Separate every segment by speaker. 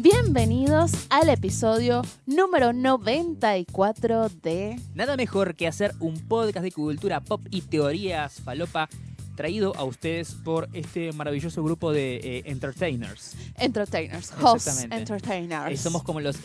Speaker 1: bienvenidos al episodio número 94 de...
Speaker 2: Nada mejor que hacer un podcast de cultura pop y teorías falopa traído a ustedes por este maravilloso grupo de eh, entertainers.
Speaker 1: Entertainers, hosts,
Speaker 2: Exactamente.
Speaker 1: entertainers.
Speaker 2: Eh, somos como los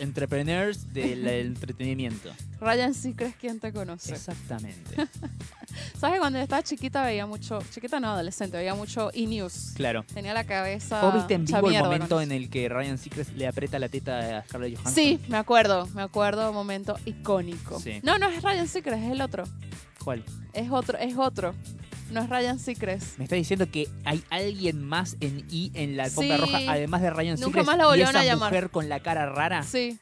Speaker 2: entrepreneurs del entretenimiento.
Speaker 1: Ryan Seacrest, ¿quién te conoce?
Speaker 2: Exactamente.
Speaker 1: ¿Sabes que cuando yo estaba chiquita veía mucho, chiquita no, adolescente, veía mucho e-news?
Speaker 2: Claro.
Speaker 1: Tenía la cabeza...
Speaker 2: ¿O viste en
Speaker 1: hecha
Speaker 2: vivo el
Speaker 1: Ah, mierda con
Speaker 2: momento
Speaker 1: eso.
Speaker 2: en el que Ryan Seacrest le aprieta la teta a Scarlett Johansson?
Speaker 1: Sí, me acuerdo, me acuerdo, momento icónico.
Speaker 2: Sí.
Speaker 1: No, no es Ryan Seacrest, es el otro.
Speaker 2: ¿Cuál?
Speaker 1: Es otro, es otro. No es Ryan Seacrest.
Speaker 2: Me está diciendo que hay alguien más en I en la alfombra
Speaker 1: Sí.
Speaker 2: roja, además de Ryan
Speaker 1: Nunca
Speaker 2: Seacrest.
Speaker 1: más la
Speaker 2: y
Speaker 1: volvieron
Speaker 2: esa
Speaker 1: a llamar.
Speaker 2: mujer con la cara rara.
Speaker 1: Sí.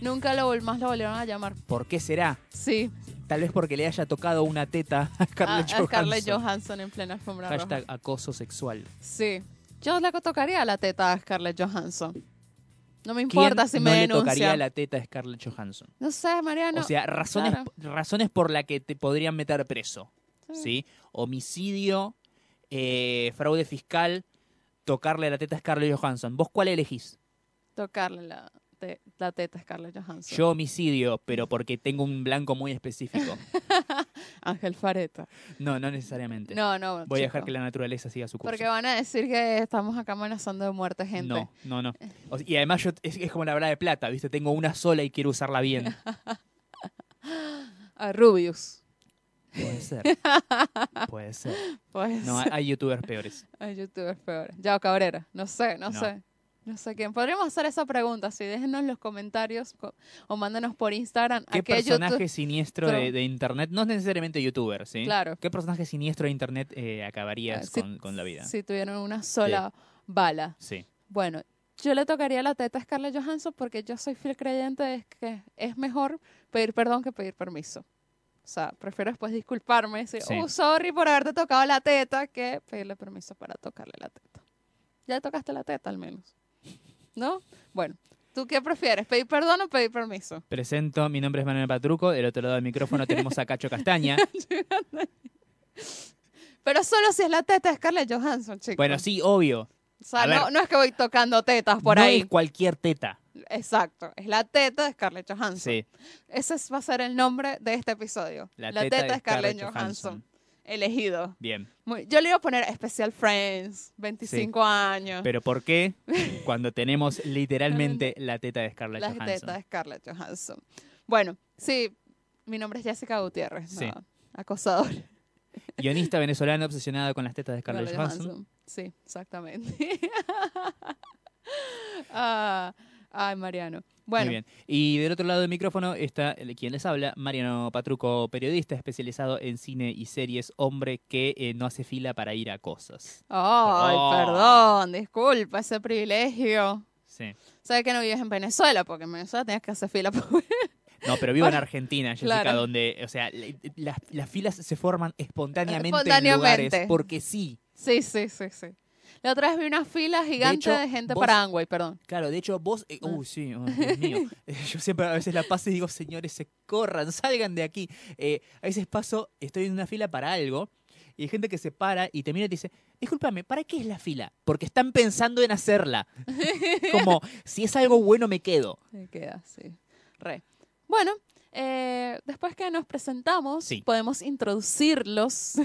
Speaker 1: Nunca lo, vol- más lo volvieron a llamar.
Speaker 2: ¿Por qué será?
Speaker 1: Sí.
Speaker 2: Tal vez porque le haya tocado una teta
Speaker 1: Ah,
Speaker 2: a
Speaker 1: a-
Speaker 2: Scarlett
Speaker 1: a,
Speaker 2: Johansson.
Speaker 1: Scarlett Johansson en plena alfombra roja.
Speaker 2: Hashtag acoso sexual.
Speaker 1: Sí. Yo le tocaría la teta a Scarlett Johansson. No me
Speaker 2: ¿Quién
Speaker 1: importa si
Speaker 2: no
Speaker 1: me
Speaker 2: le
Speaker 1: denuncia.
Speaker 2: tocaría la teta a Scarlett Johansson?
Speaker 1: No sé, Mariano.
Speaker 2: o sea, razones,
Speaker 1: claro.
Speaker 2: razones por las que te podrían meter preso.
Speaker 1: Sí.
Speaker 2: ¿sí? Homicidio, eh, fraude fiscal, tocarle la teta a Scarlett Johansson. ¿Vos cuál elegís?
Speaker 1: Tocarle la, te- la teta a Scarlett Johansson.
Speaker 2: Yo homicidio, pero porque tengo un blanco muy específico.
Speaker 1: Ángel Fareta.
Speaker 2: No, no necesariamente.
Speaker 1: No, no.
Speaker 2: Voy a
Speaker 1: chico.
Speaker 2: dejar que la naturaleza siga su curso.
Speaker 1: Porque van a decir que estamos acá amenazando de muerte gente. Eh.
Speaker 2: No, no, no. O sea, y además yo, es, es como la verdad de plata, ¿viste? Tengo una sola y quiero usarla bien.
Speaker 1: A Rubius.
Speaker 2: Puede ser. Puede ser.
Speaker 1: Pues.
Speaker 2: No, hay- hay youtubers peores.
Speaker 1: Hay youtubers peores. Yao Cabrera. No sé, no,
Speaker 2: No.
Speaker 1: sé. No sé quién. Podríamos hacer esa pregunta. Sí, déjenos en los comentarios co- o mándenos por Instagram. a
Speaker 2: ¿Qué
Speaker 1: youtu-
Speaker 2: personaje siniestro de, de internet? No necesariamente youtuber, ¿sí?
Speaker 1: Claro.
Speaker 2: ¿Qué personaje siniestro de internet eh,
Speaker 1: Ah,
Speaker 2: acabarías
Speaker 1: si-
Speaker 2: con, con la vida? Sí.
Speaker 1: Si tuvieron una sola bala. Bueno, yo le tocaría la teta a Scarlett Johansson porque yo soy fiel creyente de que es mejor pedir perdón que pedir permiso. O sea, prefiero después disculparme y decir,
Speaker 2: Sí.
Speaker 1: oh, sorry por haberte tocado la teta, que pedirle permiso para tocarle la teta. Ya le tocaste la teta al menos. ¿No? Bueno, ¿tú qué prefieres? ¿Pedir perdón o pedir permiso?
Speaker 2: Presento, mi nombre es Manuel Patruco. Del otro lado del micrófono tenemos a Cacho Castaña.
Speaker 1: Pero solo si es la teta de Scarlett Johansson, chicos.
Speaker 2: Bueno, sí, obvio.
Speaker 1: O sea,
Speaker 2: a
Speaker 1: no,
Speaker 2: ver.
Speaker 1: no es que voy tocando tetas por
Speaker 2: no
Speaker 1: ahí.
Speaker 2: es cualquier teta.
Speaker 1: Exacto, es la teta de Scarlett Johansson.
Speaker 2: Sí.
Speaker 1: Ese es- va a ser el nombre de este episodio. La, teta, de Scarlett Johansson. Elegido.
Speaker 2: Bien.
Speaker 1: Muy- yo le iba a poner especial Friends, 25 años.
Speaker 2: Pero ¿por qué cuando tenemos literalmente la teta de Scarlett
Speaker 1: la
Speaker 2: Johansson?
Speaker 1: teta de Scarlett Johansson. Bueno, sí, mi nombre es Jessica Gutiérrez.
Speaker 2: Sí.
Speaker 1: nada, acosadora.
Speaker 2: Guionista venezolana obsesionada con las tetas de Scarlett
Speaker 1: Scarlett
Speaker 2: Johansson.
Speaker 1: Johansson. Sí, exactamente. Ah, ay, Mariano. Bueno,
Speaker 2: Muy bien. Y del otro lado del micrófono está el- quien les habla, Mariano Patruco, periodista especializado en cine y series, hombre que eh, no hace fila para ir a cosas.
Speaker 1: Ay,
Speaker 2: Oh.
Speaker 1: perdón, disculpa ese privilegio.
Speaker 2: Sí.
Speaker 1: Sabes que no vives en Venezuela, porque en Venezuela tienes que hacer fila. para-
Speaker 2: No, pero vivo en Argentina, Jessica,
Speaker 1: claro.
Speaker 2: donde, o sea, le- las, las filas se forman espontáneamente,
Speaker 1: Espontáneamente.
Speaker 2: en lugares porque sí.
Speaker 1: sí, sí, sí, sí. La otra vez vi una fila gigante de,
Speaker 2: hecho,
Speaker 1: gente
Speaker 2: vos-
Speaker 1: para Angway, perdón.
Speaker 2: Claro, de hecho, vos. eh,
Speaker 1: Ah.
Speaker 2: uy, sí, oh, Dios mío. Eh, Yo siempre a veces la paso y digo, señores, se corran, salgan de aquí. Eh, a veces paso, estoy en una fila para algo y hay gente que se para y te mira y te dice, discúlpame, ¿para qué es la fila? Porque están pensando en hacerla. Como, si es algo bueno, me quedo.
Speaker 1: Se queda así. Re. Bueno, eh, después que nos presentamos,
Speaker 2: Sí.
Speaker 1: podemos introducirlos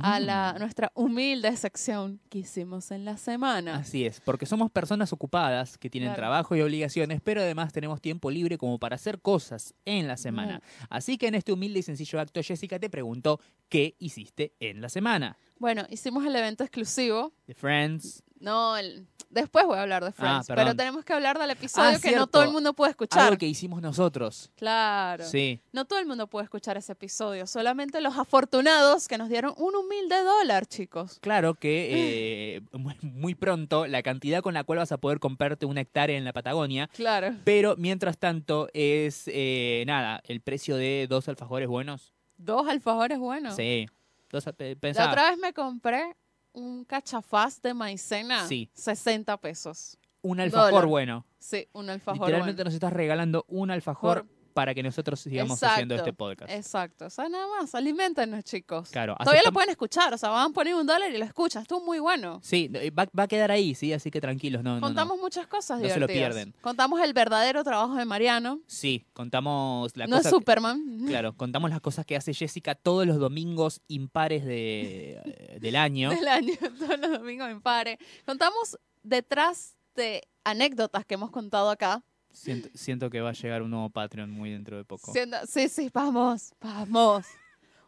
Speaker 1: a la,
Speaker 2: Mm.
Speaker 1: nuestra humilde sección que hicimos en la semana.
Speaker 2: Así es, porque somos personas ocupadas que tienen
Speaker 1: Claro.
Speaker 2: trabajo y obligaciones, pero además tenemos tiempo libre como para hacer cosas en la semana. Así que en este humilde y sencillo acto, Jessica te preguntó, ¿qué hiciste en la semana?
Speaker 1: Bueno, hicimos el evento exclusivo.
Speaker 2: The Friends.
Speaker 1: No, el- después voy a hablar de Friends, pero
Speaker 2: Ah, perdón. Ah,
Speaker 1: tenemos que hablar del episodio que no
Speaker 2: cierto.
Speaker 1: todo el mundo puede escuchar.
Speaker 2: Algo que hicimos nosotros.
Speaker 1: Claro.
Speaker 2: Sí.
Speaker 1: No todo el mundo puede escuchar ese episodio, solamente los afortunados que nos dieron un humilde dólar, chicos.
Speaker 2: Claro que eh, muy- muy pronto la cantidad con la cual vas a poder comprarte una hectárea en la Patagonia.
Speaker 1: Claro.
Speaker 2: Pero mientras tanto es, eh, nada, el precio de dos alfajores buenos.
Speaker 1: Dos alfajores buenos.
Speaker 2: Sí. Dos, al- pe-
Speaker 1: La
Speaker 2: pensá,
Speaker 1: otra vez me compré un cachafaz de maicena.
Speaker 2: Sí.
Speaker 1: 60 pesos.
Speaker 2: un alfajor
Speaker 1: dólar.
Speaker 2: bueno.
Speaker 1: Sí, un alfajor
Speaker 2: Literalmente
Speaker 1: bueno.
Speaker 2: nos estás regalando un alfajor
Speaker 1: Por-
Speaker 2: para que nosotros sigamos
Speaker 1: Exacto,
Speaker 2: haciendo este podcast.
Speaker 1: Exacto, o sea, nada más, alimentennos, chicos.
Speaker 2: Claro,
Speaker 1: Todavía lo
Speaker 2: aceptamos-
Speaker 1: pueden escuchar, o sea, van a poner un dólar y lo escuchas, estuvo muy bueno.
Speaker 2: Sí, eh, va, va a quedar ahí, sí, así que tranquilos, no, no, no.
Speaker 1: Contamos muchas cosas
Speaker 2: No se lo
Speaker 1: divertidas.
Speaker 2: pierden.
Speaker 1: Contamos el verdadero trabajo de Mariano,
Speaker 2: Sí, contamos la
Speaker 1: no
Speaker 2: cosa
Speaker 1: es Superman.
Speaker 2: Claro, contamos las cosas que hace Jessica todos los domingos impares de, eh, del año.
Speaker 1: del año, todos los domingos en pare. Contamos detrás de anécdotas que hemos contado acá.
Speaker 2: Siento, siento que va a llegar un nuevo Patreon muy dentro de poco.
Speaker 1: Siendo- sí, sí, vamos, vamos.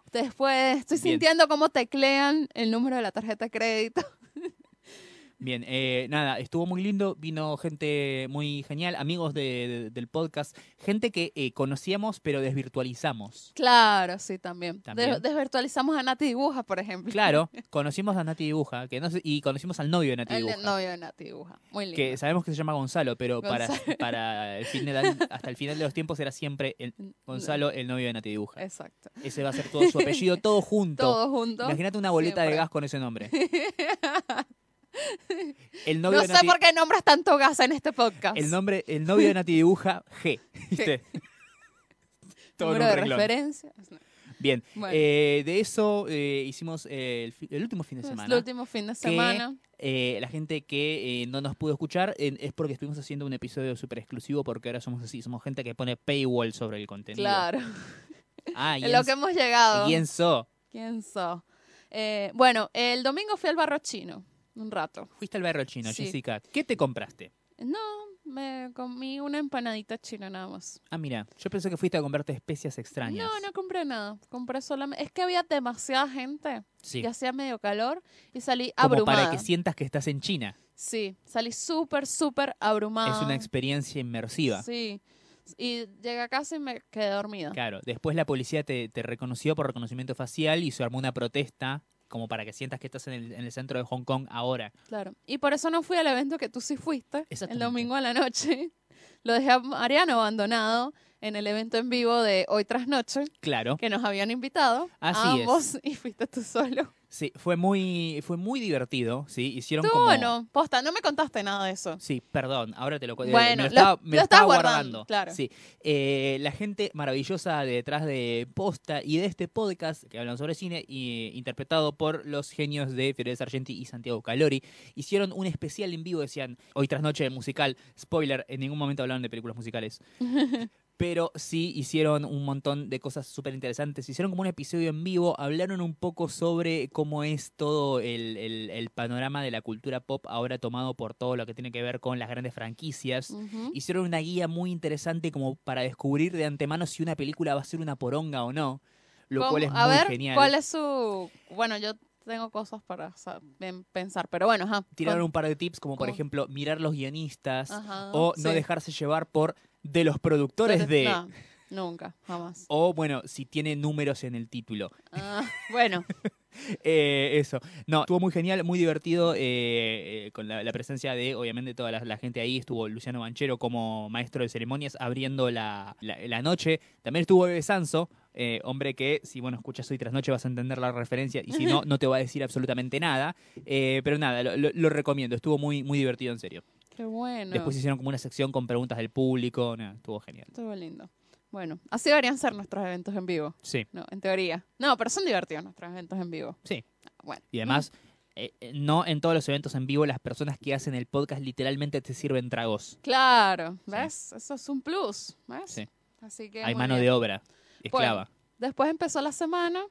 Speaker 1: Ustedes pueden, estoy
Speaker 2: Bien.
Speaker 1: sintiendo cómo teclean el número de la tarjeta de crédito.
Speaker 2: Bien, eh, nada, estuvo muy lindo, vino gente muy genial, amigos de- de- del podcast, gente que eh, conocíamos pero desvirtualizamos.
Speaker 1: Claro, sí, también. De-
Speaker 2: También.
Speaker 1: desvirtualizamos a Nati Dibuja, por ejemplo.
Speaker 2: Claro, conocimos a Nati Dibuja que no sé- y conocimos al novio de Nati
Speaker 1: El
Speaker 2: Dibuja.
Speaker 1: novio de Nati Dibuja. Muy lindo.
Speaker 2: Que sabemos que se llama Gonzalo, pero para,
Speaker 1: Gonzalo.
Speaker 2: para el fin de la- hasta el final de los tiempos era siempre el Gonzalo, el novio de Nati Dibuja.
Speaker 1: Exacto.
Speaker 2: Ese va a ser todo su apellido, todo junto.
Speaker 1: Todos juntos.
Speaker 2: Imagínate una boleta de
Speaker 1: Siempre.
Speaker 2: gas con ese nombre. El novio,
Speaker 1: No
Speaker 2: de
Speaker 1: sé
Speaker 2: Nati,
Speaker 1: por qué nombras tanto gas en este podcast.
Speaker 2: el, nombre, el novio de Nati Dibuja, G. ¿Viste? Todo en
Speaker 1: Número
Speaker 2: un
Speaker 1: de
Speaker 2: renglón.
Speaker 1: referencia.
Speaker 2: Bien.
Speaker 1: Bueno.
Speaker 2: eh, de eso eh, hicimos eh, el, fi- el último fin de
Speaker 1: Es
Speaker 2: semana.
Speaker 1: el último fin de semana.
Speaker 2: Eh, la gente que eh, no nos pudo escuchar eh, es porque estuvimos haciendo un episodio súper exclusivo porque ahora somos así, somos gente que pone paywall sobre el contenido.
Speaker 1: Claro.
Speaker 2: Ah, y
Speaker 1: En lo que
Speaker 2: en,
Speaker 1: hemos llegado.
Speaker 2: y en So.
Speaker 1: ¿Quién sos? Eh, bueno, el domingo fui al barro chino un rato.
Speaker 2: Fuiste al barrio chino,
Speaker 1: Sí.
Speaker 2: Jessica. ¿Qué te compraste?
Speaker 1: No, me comí una empanadita china nada más.
Speaker 2: Ah, mira, yo pensé que fuiste a comprarte especias extrañas.
Speaker 1: No, no compré nada. Compré solamente. Es que había demasiada gente
Speaker 2: Sí.
Speaker 1: y hacía medio calor y salí
Speaker 2: Como
Speaker 1: abrumada.
Speaker 2: para que sientas que estás en China.
Speaker 1: Sí, salí súper, súper abrumada.
Speaker 2: Es una experiencia inmersiva.
Speaker 1: Ah. Sí. Y llegué a casa y me quedé dormida.
Speaker 2: Claro, después la policía te, te reconoció por reconocimiento facial y se armó una protesta como para que sientas que estás en el, en el centro de Hong Kong ahora.
Speaker 1: Claro. Y por eso no fui al evento que tú sí fuiste el
Speaker 2: Exactamente.
Speaker 1: domingo a la noche. Lo dejé a Mariano abandonado en el evento en vivo de hoy tras noche.
Speaker 2: Claro,
Speaker 1: que nos habían invitado
Speaker 2: Así
Speaker 1: a
Speaker 2: es.
Speaker 1: ambos y fuiste tú solo.
Speaker 2: sí, fue muy, fue muy divertido, sí, hicieron
Speaker 1: Tú
Speaker 2: como...
Speaker 1: bueno, posta, no me contaste nada de eso.
Speaker 2: Sí, perdón, ahora te lo cuento.
Speaker 1: Bueno,
Speaker 2: me lo
Speaker 1: lo-
Speaker 2: estaba, me
Speaker 1: lo estaba
Speaker 2: lo estaba
Speaker 1: guardando,
Speaker 2: guardando.
Speaker 1: claro.
Speaker 2: Sí. Eh, la gente maravillosa de detrás de Posta y de este podcast que hablan sobre cine, y, eh, interpretado por los genios de Fiorella Sargenti y Santiago Calori, hicieron un especial en vivo. Decían, hoy tras noche musical, spoiler, en ningún momento hablaron de películas musicales. Pero sí hicieron un montón de cosas súper interesantes. Hicieron como un episodio en vivo, hablaron un poco sobre cómo es todo el, el- el panorama de la cultura pop ahora tomado por todo lo que tiene que ver con las grandes franquicias.
Speaker 1: Ujú.
Speaker 2: Hicieron una guía muy interesante como para descubrir de antemano si una película va a ser una poronga o no. Lo
Speaker 1: ¿Cómo?
Speaker 2: cual es
Speaker 1: a
Speaker 2: muy
Speaker 1: ver,
Speaker 2: genial.
Speaker 1: ¿cuál es su...? Bueno, yo tengo cosas para o sea, ven- pensar, pero bueno, ajá.
Speaker 2: Tiraron un par de tips como por
Speaker 1: cómo?
Speaker 2: ejemplo mirar los guionistas
Speaker 1: Ajá,
Speaker 2: o no
Speaker 1: sí.
Speaker 2: dejarse llevar por de los productores
Speaker 1: No te-
Speaker 2: de...
Speaker 1: no, nunca, jamás.
Speaker 2: O bueno, si tiene números en el título.
Speaker 1: Ah, bueno,
Speaker 2: Eh, eso. No, estuvo muy genial, muy divertido eh, eh, con la, la presencia de, obviamente, toda la, la gente ahí. Estuvo Luciano Banchero como maestro de ceremonias abriendo la, la- la noche. También estuvo Bebe Sanso, eh, hombre que, si bueno, escuchas hoy tras noche vas a entender la referencia y si no, no te va a decir absolutamente nada. Eh, pero nada, lo, lo- lo recomiendo. Estuvo muy, muy divertido, en serio.
Speaker 1: qué bueno.
Speaker 2: Después hicieron como una sección con preguntas del público. nada, estuvo genial.
Speaker 1: Estuvo lindo. Bueno, así deberían ser nuestros eventos en vivo.
Speaker 2: Sí.
Speaker 1: No, en teoría. No, pero son divertidos nuestros eventos en vivo. Ah,
Speaker 2: Sí.
Speaker 1: Bueno.
Speaker 2: Y además, eh, eh, no en todos los eventos en vivo las personas que hacen el podcast literalmente te sirven tragos.
Speaker 1: Claro,
Speaker 2: Sí.
Speaker 1: ¿ves? Eso es un plus, ¿ves?
Speaker 2: Sí.
Speaker 1: Así que
Speaker 2: Hay
Speaker 1: muy
Speaker 2: mano
Speaker 1: bien.
Speaker 2: de obra, esclava.
Speaker 1: Después empezó la semana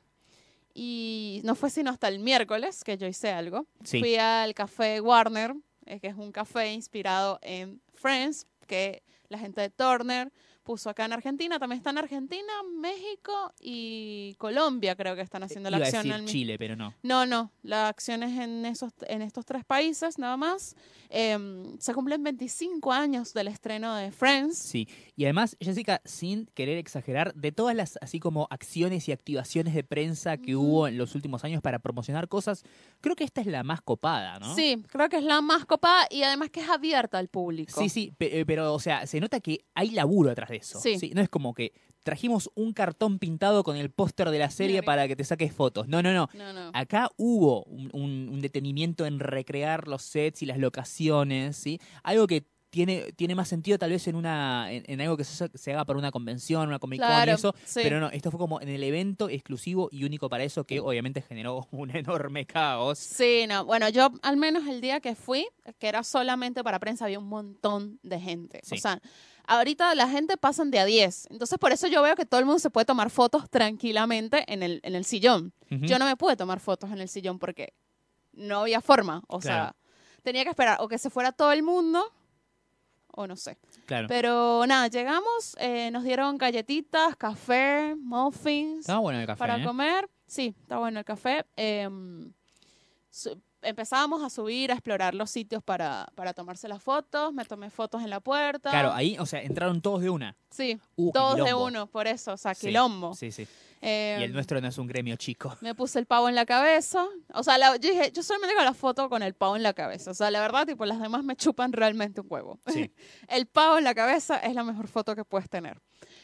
Speaker 1: y no fue sino hasta el miércoles que yo hice algo.
Speaker 2: sí,
Speaker 1: Fui al café Warner, eh, que es un café inspirado en Friends, que la gente de Turner puso acá en Argentina. También está en Argentina, México y Colombia, creo que están haciendo la
Speaker 2: iba a
Speaker 1: acción.
Speaker 2: decir
Speaker 1: al mi-
Speaker 2: Chile, pero no.
Speaker 1: no, no, la acción es en, esos, en estos tres países nada más. Em, se cumplen 25 años del estreno de Friends.
Speaker 2: Sí. Y además, Jessica, sin querer exagerar, de todas las así como acciones y activaciones de prensa que
Speaker 1: Ujú.
Speaker 2: hubo en los últimos años para promocionar cosas, creo que esta es la más copada, ¿no?
Speaker 1: Sí, creo que es la más copada y además que es abierta al público.
Speaker 2: Sí, sí, pe- eh, pero o sea, se nota que hay laburo atrás de eso.
Speaker 1: Sí.
Speaker 2: No es como que trajimos un cartón pintado con el póster de la serie
Speaker 1: Claro.
Speaker 2: para que te saques fotos. No, no, no.
Speaker 1: No, no.
Speaker 2: Acá hubo un, un- un detenimiento en recrear los sets y las locaciones, ¿sí? Algo que tiene, tiene más sentido tal vez en una en, en algo que se, se, haga para una convención, una Comic Con
Speaker 1: Claro,
Speaker 2: y eso,
Speaker 1: sí.
Speaker 2: pero no, esto fue como en el evento exclusivo y único para eso que obviamente generó un enorme caos.
Speaker 1: Sí, no. Bueno, yo al menos el día que fui, que era solamente para prensa, había un montón de gente.
Speaker 2: Sí.
Speaker 1: O sea, ahorita la gente pasan de a 10. Entonces, por eso yo veo que todo el mundo se puede tomar fotos tranquilamente en el, en el sillón.
Speaker 2: Ujú.
Speaker 1: Yo no me pude tomar fotos en el sillón porque no había forma. O
Speaker 2: Claro.
Speaker 1: sea, tenía que esperar o que se fuera todo el mundo o no sé.
Speaker 2: Claro.
Speaker 1: Pero nada, llegamos, eh, nos dieron galletitas, café, muffins
Speaker 2: Estaba bueno el café.
Speaker 1: para
Speaker 2: ¿eh?
Speaker 1: comer. Sí, está bueno el café. Em, su- empezábamos a subir, a explorar los sitios para, para tomarse las fotos. Me tomé fotos en la puerta.
Speaker 2: Claro, ahí, o sea, entraron todos de una.
Speaker 1: Sí,
Speaker 2: Uh,
Speaker 1: todos de
Speaker 2: quilombo.
Speaker 1: uno, por eso, o sea,
Speaker 2: Sí,
Speaker 1: quilombo.
Speaker 2: Sí, sí.
Speaker 1: Em,
Speaker 2: Y el nuestro no es un gremio chico.
Speaker 1: Me puse el pavo en la cabeza. O sea, la- yo dije, yo solamente hago la foto con el pavo en la cabeza. O sea, la verdad, tipo, las demás me chupan realmente un huevo.
Speaker 2: Sí.
Speaker 1: el pavo en la cabeza es la mejor foto que puedes tener.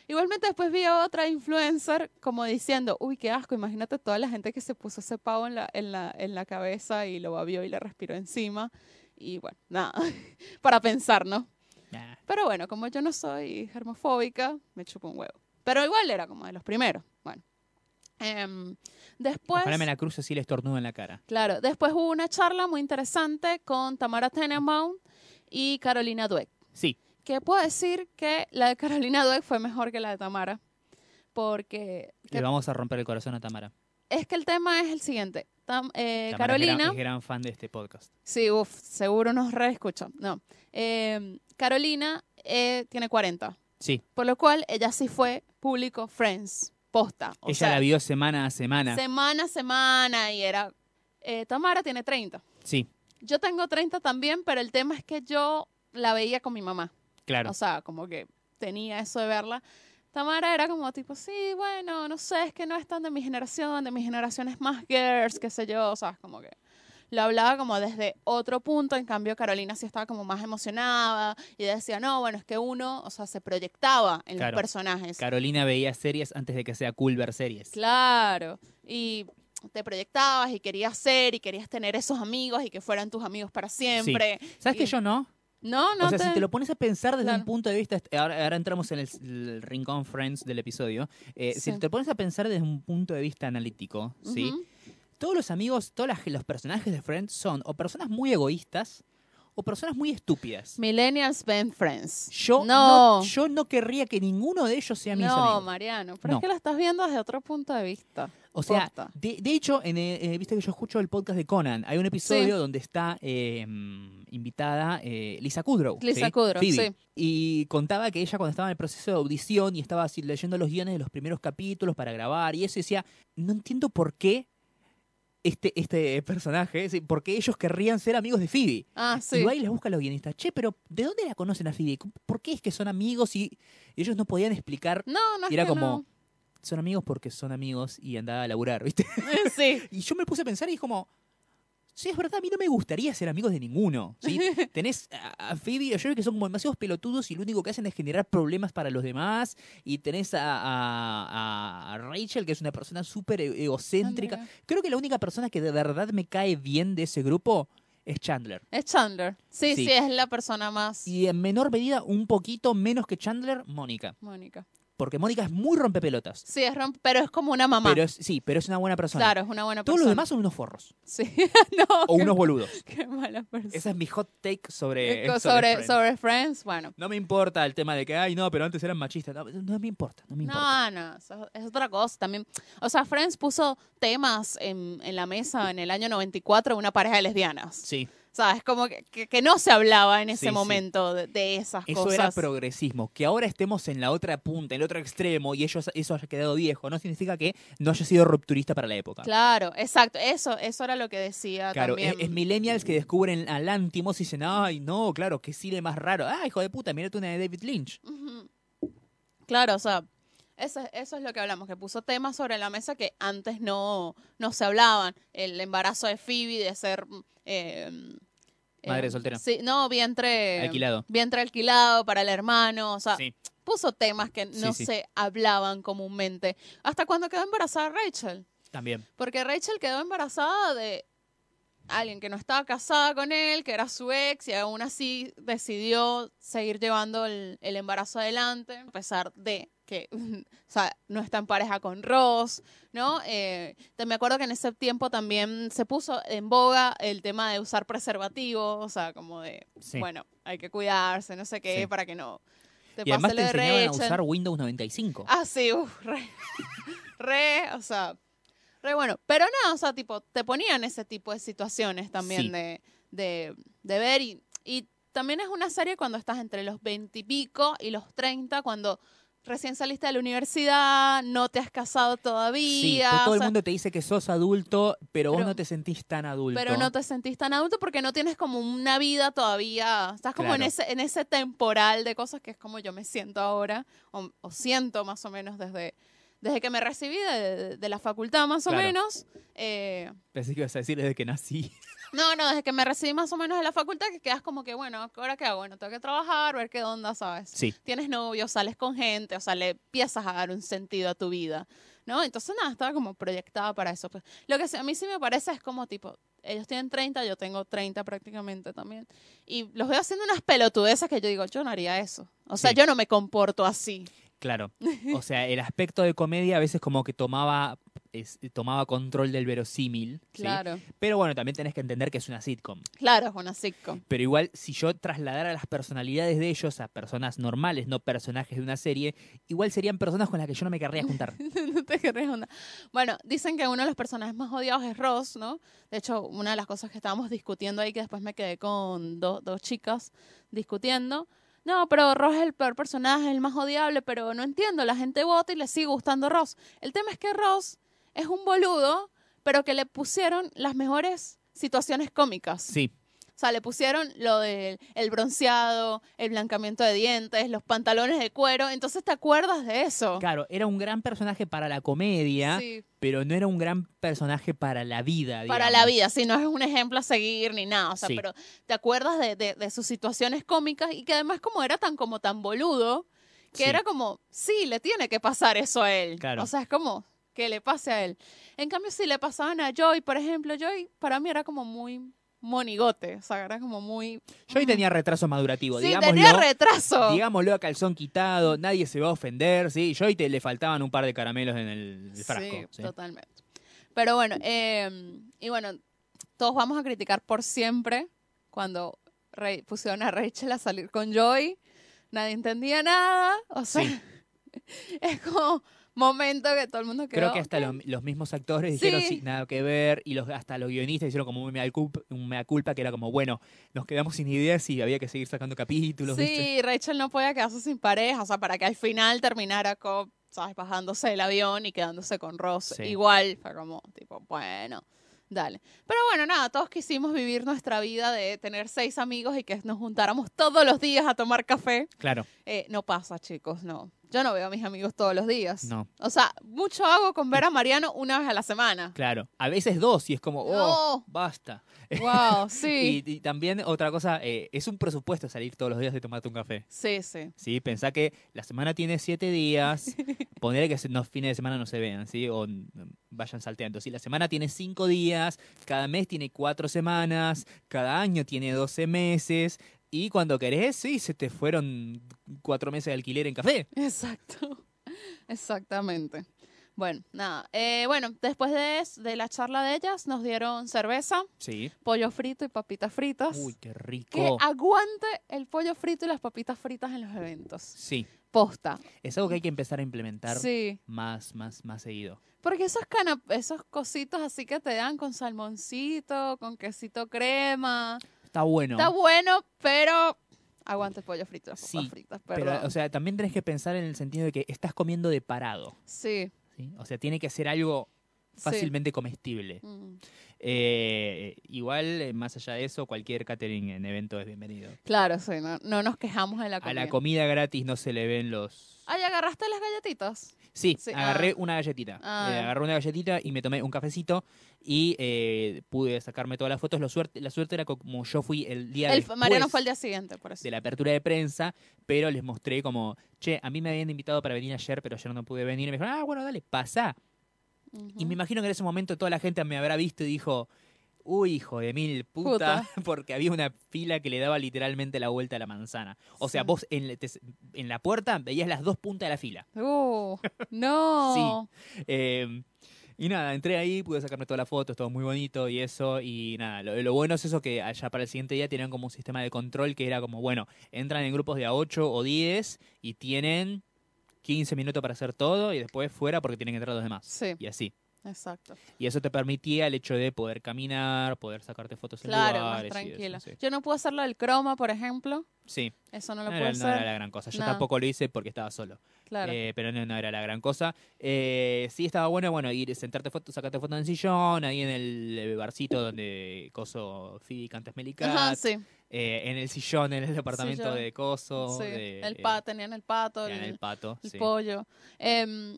Speaker 1: Igualmente después vi a otra influencer como diciendo, uy, qué asco, imagínate toda la gente que se puso ese pavo en la, en la, en la cabeza y lo babió y le respiró encima. Y bueno, nada, para pensar, ¿no?
Speaker 2: Nah.
Speaker 1: Pero bueno, como yo no soy germofóbica, me chupo un huevo. Pero igual era como de los primeros. Bueno. Em, después...
Speaker 2: Ojalá me la cruce si le estornudo en la cara.
Speaker 1: Claro, después hubo una charla muy interesante con Tamara Tenenbaum y Carolina Dweck.
Speaker 2: Sí,
Speaker 1: Que puedo decir que la de Carolina Dweck fue mejor que la de Tamara. Porque que-
Speaker 2: le vamos a romper el corazón a Tamara.
Speaker 1: es que el tema es el siguiente. Tam- eh,
Speaker 2: Tamara es gran-
Speaker 1: Carolina.
Speaker 2: es gran fan de este podcast.
Speaker 1: Sí, uff, seguro nos reescuchan. No. Eh, Carolina eh, tiene 40.
Speaker 2: Sí,
Speaker 1: Por lo cual ella sí fue público Friends. Posta. O
Speaker 2: ella
Speaker 1: sea,
Speaker 2: la vio semana a semana.
Speaker 1: semana a semana y era. eh, Tamara tiene 30.
Speaker 2: Sí,
Speaker 1: Yo tengo 30 también, pero el tema es que yo la veía con mi mamá.
Speaker 2: claro.
Speaker 1: O sea, como que tenía eso de verla. Tamara era como tipo, sí, bueno, no sé, es que no es tan de mi generación, de mi generación es más girls, qué sé yo, o sea, como que lo hablaba como desde otro punto, en cambio Carolina sí estaba como más emocionada y ella decía, no, bueno, es que uno, o sea, se proyectaba en
Speaker 2: Claro.
Speaker 1: los personajes.
Speaker 2: Carolina veía series antes de que sea cool ver series.
Speaker 1: Claro. Y te proyectabas y querías ser y querías tener esos amigos y que fueran tus amigos para siempre.
Speaker 2: ¿Sabes
Speaker 1: Y-
Speaker 2: que yo no?
Speaker 1: No, no
Speaker 2: o sea,
Speaker 1: te-
Speaker 2: si te lo pones a pensar desde
Speaker 1: Claro.
Speaker 2: un punto de vista, est- ahora, ahora entramos en el, s- el rincón Friends del episodio, Eh, si
Speaker 1: Sí.
Speaker 2: te lo pones a pensar desde un punto de vista analítico, ¿sí?
Speaker 1: Ujú.
Speaker 2: todos los amigos, todos los personajes de Friends son o personas muy egoístas o personas muy estúpidas.
Speaker 1: Millennials Ben Friends.
Speaker 2: Yo no.
Speaker 1: no.
Speaker 2: yo no querría que ninguno de ellos sea mis
Speaker 1: no,
Speaker 2: amigos.
Speaker 1: Mariano, pero
Speaker 2: No.
Speaker 1: es que la estás viendo desde otro punto de vista.
Speaker 2: O sea,
Speaker 1: Posta.
Speaker 2: de, de hecho, en, eh, eh, viste que yo escucho el podcast de Conan. Hay un episodio
Speaker 1: Sí.
Speaker 2: donde está eh, mm, invitada eh, Lisa Kudrow.
Speaker 1: Lisa
Speaker 2: ¿sí?
Speaker 1: Kudrow,
Speaker 2: Phoebe.
Speaker 1: sí.
Speaker 2: Y contaba que ella cuando estaba en el proceso de audición y estaba así leyendo los guiones de los primeros capítulos para grabar y eso, y decía, no entiendo por qué este, este personaje, sí, por qué ellos querrían ser amigos de Phoebe.
Speaker 1: Ah,
Speaker 2: Y
Speaker 1: sí.
Speaker 2: va y les busca a los guionistas, che, pero ¿de dónde la conocen a Phoebe? ¿Por qué es que son amigos y ellos no podían explicar?
Speaker 1: No, no es
Speaker 2: Y era
Speaker 1: que
Speaker 2: como,
Speaker 1: no.
Speaker 2: son amigos porque son amigos y andaba a laburar, ¿viste?
Speaker 1: sí.
Speaker 2: Y yo me puse a pensar y es como, sí, es verdad, a mí no me gustaría ser amigos de ninguno. ¿sí? Tenés a, a Phoebe y a Joey que son como demasiados pelotudos y lo único que hacen es generar problemas para los demás. Y tenés a, a- a Rachel, que es una persona súper e- egocéntrica.
Speaker 1: Andrea.
Speaker 2: Creo que la única persona que de verdad me cae bien de ese grupo es Chandler.
Speaker 1: Es Chandler. Sí,
Speaker 2: Sí.
Speaker 1: sí, es la persona más.
Speaker 2: Y en menor medida, un poquito menos que Chandler, Mónica.
Speaker 1: Mónica.
Speaker 2: Porque Mónica es muy rompepelotas.
Speaker 1: Sí, es rom- pero es como una mamá.
Speaker 2: Pero es, sí, pero es una buena persona.
Speaker 1: claro, es una buena
Speaker 2: Todos los
Speaker 1: persona.
Speaker 2: demás son unos forros.
Speaker 1: Sí. no,
Speaker 2: O
Speaker 1: qué-
Speaker 2: unos boludos.
Speaker 1: Qué mala persona.
Speaker 2: Esa es mi hot take sobre,
Speaker 1: Co- Eh, sobre,
Speaker 2: sobre Friends.
Speaker 1: sobre Friends, bueno.
Speaker 2: No me importa el tema de que, ay, no, pero antes eran machistas. No, no me importa, no me importa.
Speaker 1: No, no, eso es otra cosa también. O sea, Friends puso temas en, en la mesa en el año 94 de una pareja de lesbianas.
Speaker 2: Sí,
Speaker 1: O sea, es como que, que- que no se hablaba en ese
Speaker 2: Sí, sí.
Speaker 1: momento de, de esas
Speaker 2: eso
Speaker 1: cosas.
Speaker 2: era progresismo. Que ahora estemos en la otra punta, en el otro extremo, y ellos, eso haya quedado viejo, no significa que no haya sido rupturista para la época.
Speaker 1: Claro, exacto. Eso, eso era lo que decía
Speaker 2: Claro, es,
Speaker 1: también.
Speaker 2: es millennials que descubren al Antimos y dicen, ay, no, claro, qué cine más raro. Ah, hijo de puta, mírate una de David Lynch.
Speaker 1: Ujú. Claro, o sea, eso, es- eso es lo que hablamos, que puso temas sobre la mesa que antes no, no se hablaban. El embarazo de Phoebe, de ser... eh, eh,
Speaker 2: Madre soltera.
Speaker 1: Sí, no, vientre...
Speaker 2: Alquilado.
Speaker 1: Vientre alquilado para el hermano, o Eh, sea,
Speaker 2: Sí.
Speaker 1: puso temas que
Speaker 2: Sí,
Speaker 1: no
Speaker 2: sí.
Speaker 1: se hablaban comúnmente. Hasta cuando quedó embarazada Rachel.
Speaker 2: También.
Speaker 1: Porque Rachel quedó embarazada de alguien que no estaba casada con él, que era su ex, y aún así decidió seguir llevando el, el embarazo adelante, a pesar de que o sea, no está en pareja con Ross, ¿no? Eh, me acuerdo que en ese tiempo también se puso en boga el tema de usar preservativo, o sea, como de, sí. bueno, hay que cuidarse, no sé qué, sí. para que no
Speaker 2: te y además te enseñaban a usar Windows 95.
Speaker 1: Ah, sí, uf, re, re, o sea, re bueno. Pero nada, o sea, tipo, te ponían ese tipo de situaciones también sí. de, de, de, ver. Y, y también es una serie cuando estás entre los 20 y pico y los 30, cuando recién saliste de la universidad, no te has casado todavía.
Speaker 2: Sí, pues todo el sea, mundo te dice que sos adulto, pero, pero, vos no te sentís tan adulto.
Speaker 1: Pero no te sentís tan adulto porque no tienes como una vida todavía. Estás como claro. en, ese, en ese temporal de cosas que es como yo me siento ahora, o, o siento más o menos desde, desde que me recibí de, de la facultad, más claro. o menos. Eh,
Speaker 2: Pensé que ibas a decir desde que nací.
Speaker 1: No, no, desde que me recibí más o menos de la facultad, que quedas como que, bueno, ¿ahora qué hago? Bueno, tengo que trabajar, ver qué onda, ¿sabes?
Speaker 2: Sí.
Speaker 1: Tienes novio, sales con gente, o sea, le empiezas a dar un sentido a tu vida, ¿no? Entonces, nada, estaba como proyectada para eso. Pues, lo que a mí sí me parece es como tipo, ellos tienen 30, yo tengo 30 prácticamente también, y los veo haciendo unas pelotudeces que yo digo, yo no haría eso. O sea, sí. yo no me comporto así.
Speaker 2: Claro. O sea, el aspecto de comedia a veces como que tomaba, es, tomaba control del verosímil. ¿sí?
Speaker 1: Claro.
Speaker 2: Pero bueno, también tenés que entender que es una sitcom.
Speaker 1: Claro, es una sitcom.
Speaker 2: Pero igual, si yo trasladara las personalidades de ellos a personas normales, no personajes de una serie, igual serían personas con las que yo no me querría juntar.
Speaker 1: no te querría juntar. Bueno, dicen que uno de los personajes más odiados es Ross, ¿no? De hecho, una de las cosas que estábamos discutiendo ahí, que después me quedé con do, dos chicas discutiendo. No, pero Ross es el peor personaje, el más odiable, pero no entiendo, la gente vota y le sigue gustando Ross. El tema es que Ross es un boludo, pero que le pusieron las mejores situaciones cómicas.
Speaker 2: Sí.
Speaker 1: O sea, le pusieron lo del el bronceado, el blancamiento de dientes, los pantalones de cuero. Entonces te acuerdas de eso.
Speaker 2: Claro, era un gran personaje para la comedia, sí. pero no era un gran personaje para la vida. Digamos.
Speaker 1: Para la vida, sí, no es un ejemplo a seguir ni nada. O sea, sí. pero te acuerdas de, de, de, sus situaciones cómicas y que además como era tan como tan boludo, que sí. era como, sí, le tiene que pasar eso a él.
Speaker 2: Claro.
Speaker 1: O sea, es como que le pase a él. En cambio, si le pasaban a Joy, por ejemplo, Joy para mí era como muy monigote, o sea, era como muy...
Speaker 2: Yo ahí tenía retraso madurativo,
Speaker 1: sí,
Speaker 2: digámoslo.
Speaker 1: tenía retraso.
Speaker 2: Digámoslo a calzón quitado, nadie se va a ofender, sí, yo ahí te le faltaban un par de caramelos en el, el frasco.
Speaker 1: Sí, sí, totalmente. Pero bueno, eh, y bueno, todos vamos a criticar por siempre cuando Rey, pusieron a Rachel a salir con Joy, nadie entendía nada, o sea, sí. es como momento que todo el mundo quedó,
Speaker 2: Creo que hasta los, los mismos actores sí. dijeron sí, nada que ver y los, hasta los guionistas hicieron como un mea, culpa, un mea, culpa, que era como, bueno, nos quedamos sin ideas y había que seguir sacando capítulos.
Speaker 1: Sí, ¿viste? Rachel no podía quedarse sin pareja, o sea, para que al final terminara con, ¿sabes? Bajándose del avión y quedándose con Ross. Sí. Igual, fue como, tipo, bueno. Dale. Pero bueno, nada, todos quisimos vivir nuestra vida de tener seis amigos y que nos juntáramos todos los días a tomar café.
Speaker 2: Claro.
Speaker 1: Eh, no pasa, chicos, no. Yo no veo a mis amigos todos los días.
Speaker 2: No.
Speaker 1: O sea, mucho hago con ver a Mariano una vez a la semana.
Speaker 2: Claro. A veces dos y es como, oh, no. basta.
Speaker 1: Wow, sí.
Speaker 2: y, y, también otra cosa, eh, es un presupuesto salir todos los días de tomarte un café.
Speaker 1: Sí, sí.
Speaker 2: Sí, pensá que la semana tiene siete días. poner que los fines de semana no se vean, ¿sí? O mm, vayan salteando. Sí, la semana tiene cinco días, cada mes tiene cuatro semanas, cada año tiene doce meses. Y cuando querés, sí, se te fueron cuatro meses de alquiler en café.
Speaker 1: Exacto, exactamente. Bueno, nada. Eh, bueno, después de, de, la charla de ellas, nos dieron cerveza,
Speaker 2: sí.
Speaker 1: pollo frito y papitas fritas.
Speaker 2: Uy, qué rico.
Speaker 1: Que aguante el pollo frito y las papitas fritas en los eventos.
Speaker 2: Sí.
Speaker 1: Posta.
Speaker 2: Es algo que hay que empezar a implementar
Speaker 1: sí.
Speaker 2: más, más, más seguido.
Speaker 1: Porque esos esos cositos así que te dan con salmoncito, con quesito crema.
Speaker 2: Está bueno.
Speaker 1: Está bueno, pero aguante el pollo frito, las
Speaker 2: sí,
Speaker 1: papas fritas, perdón.
Speaker 2: Pero, o sea, también tenés que pensar en el sentido de que estás comiendo de parado.
Speaker 1: Sí.
Speaker 2: ¿sí? O sea, tiene que ser algo fácilmente sí. comestible. Mm. Eh, igual, más allá de eso, cualquier catering en evento es bienvenido.
Speaker 1: Claro, sí, no, no nos quejamos de la comida.
Speaker 2: A la comida gratis no se le ven los...
Speaker 1: Ah, ¿y agarraste las galletitas?
Speaker 2: Sí, sí. agarré ah. una galletita. Ah. Eh, agarré una galletita y me tomé un cafecito y eh, pude sacarme todas las fotos. Lo suerte, la suerte era como yo fui el día
Speaker 1: el,
Speaker 2: después
Speaker 1: Mariano fue el día siguiente, por eso.
Speaker 2: pues, De la apertura de prensa, pero les mostré como, che, a mí me habían invitado para venir ayer, pero ayer no pude venir. Y me dijeron, ah, bueno, dale, pasa. Uh -huh. Y me imagino que en ese momento toda la gente me habrá visto y dijo, uy, hijo de mil puta, porque había una fila que le daba literalmente la vuelta a la manzana. O sea,
Speaker 1: Sí.
Speaker 2: vos en, la- te- en la puerta veías las dos puntas de la fila.
Speaker 1: Uh, no.
Speaker 2: Eh, y nada, entré ahí, pude sacarme todas las fotos, todo muy bonito y eso. Y nada, lo, lo bueno es eso que allá para el siguiente día tenían como un sistema de control que era como, bueno, entran en grupos de a 8 o 10 y tienen 15 minutos para hacer todo y después fuera porque tienen que entrar los demás.
Speaker 1: Sí,
Speaker 2: Y así.
Speaker 1: exacto.
Speaker 2: Y eso te permitía el hecho de poder caminar, poder sacarte fotos en
Speaker 1: Claro, más
Speaker 2: lugares. y eso,
Speaker 1: tranquilo.
Speaker 2: sí.
Speaker 1: Yo no puedo hacerlo del croma, por ejemplo.
Speaker 2: Sí,
Speaker 1: Eso no
Speaker 2: no,
Speaker 1: lo puedo
Speaker 2: era, no
Speaker 1: hacer.
Speaker 2: era la gran cosa. Yo
Speaker 1: No.
Speaker 2: tampoco lo hice porque estaba solo.
Speaker 1: Claro.
Speaker 2: Eh, pero no, no era la gran cosa. Eh, sí, estaba bueno, bueno, ir, sentarte fotos, sacarte fotos en el sillón, ahí en el eh, barcito donde Coso Phoebe canta Smelicat,
Speaker 1: Ajá, sí.
Speaker 2: eh, en el sillón, en el departamento
Speaker 1: Sillón.
Speaker 2: de Coso,
Speaker 1: sí.
Speaker 2: de,
Speaker 1: el
Speaker 2: eh,
Speaker 1: pato, tenían el pato,
Speaker 2: ya en
Speaker 1: el-
Speaker 2: el pato,
Speaker 1: el
Speaker 2: sí.
Speaker 1: pollo. Em,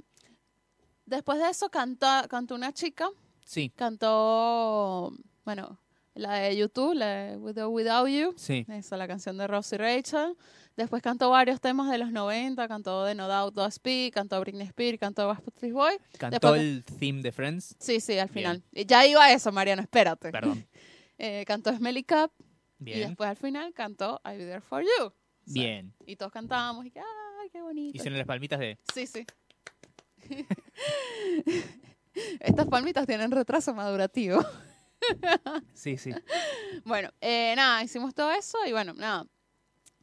Speaker 1: después de eso canta, cantó una chica,
Speaker 2: sí,
Speaker 1: cantó, bueno, la de YouTube, la de With or Without You,
Speaker 2: sí,
Speaker 1: esa la canción de Ross y Rachel. Después cantó varios temas de los 90, cantó de No Doubt, Do Speak, cantó Britney Spears, cantó Backstreet Boy.
Speaker 2: cantó
Speaker 1: Después-
Speaker 2: el theme de Friends,
Speaker 1: Sí, sí, al final. Y Ya iba a eso, Mariano, espérate.
Speaker 2: perdón,
Speaker 1: Eh, cantó Smelly Cup y
Speaker 2: bien,
Speaker 1: después al final cantó I'll Be There For You. O sea,
Speaker 2: bien.
Speaker 1: Y todos cantábamos y que, ¡ay, qué bonito!
Speaker 2: Hicieron las palmitas de...
Speaker 1: Sí, sí. Estas palmitas tienen retraso madurativo.
Speaker 2: Sí, sí.
Speaker 1: Bueno, eh, nada, hicimos todo eso y bueno, nada.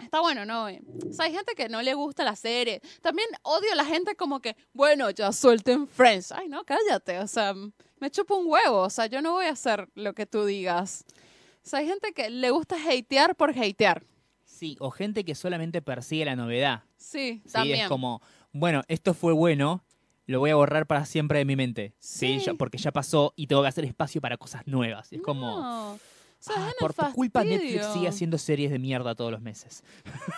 Speaker 1: Está bueno, ¿no? Eh, O sea, hay gente que no le gusta la serie. También odio la gente como que, bueno, ya suelten Friends. Ay, no, cállate. O sea, m- me chupo un huevo. O sea, yo no voy a hacer lo que tú digas. O sea, hay gente que le gusta hatear por hatear.
Speaker 2: Sí, o gente que solamente persigue la novedad.
Speaker 1: Sí,
Speaker 2: Sí,
Speaker 1: también.
Speaker 2: es como, bueno, esto fue bueno, lo voy a borrar para siempre de mi mente. Sí,
Speaker 1: Sí.
Speaker 2: ya- porque ya pasó y tengo que hacer espacio para cosas nuevas. Es como,
Speaker 1: No. O sea,
Speaker 2: "Ah,
Speaker 1: dejen el
Speaker 2: por tu culpa Netflix
Speaker 1: fastidio.
Speaker 2: sigue haciendo series de mierda todos los meses.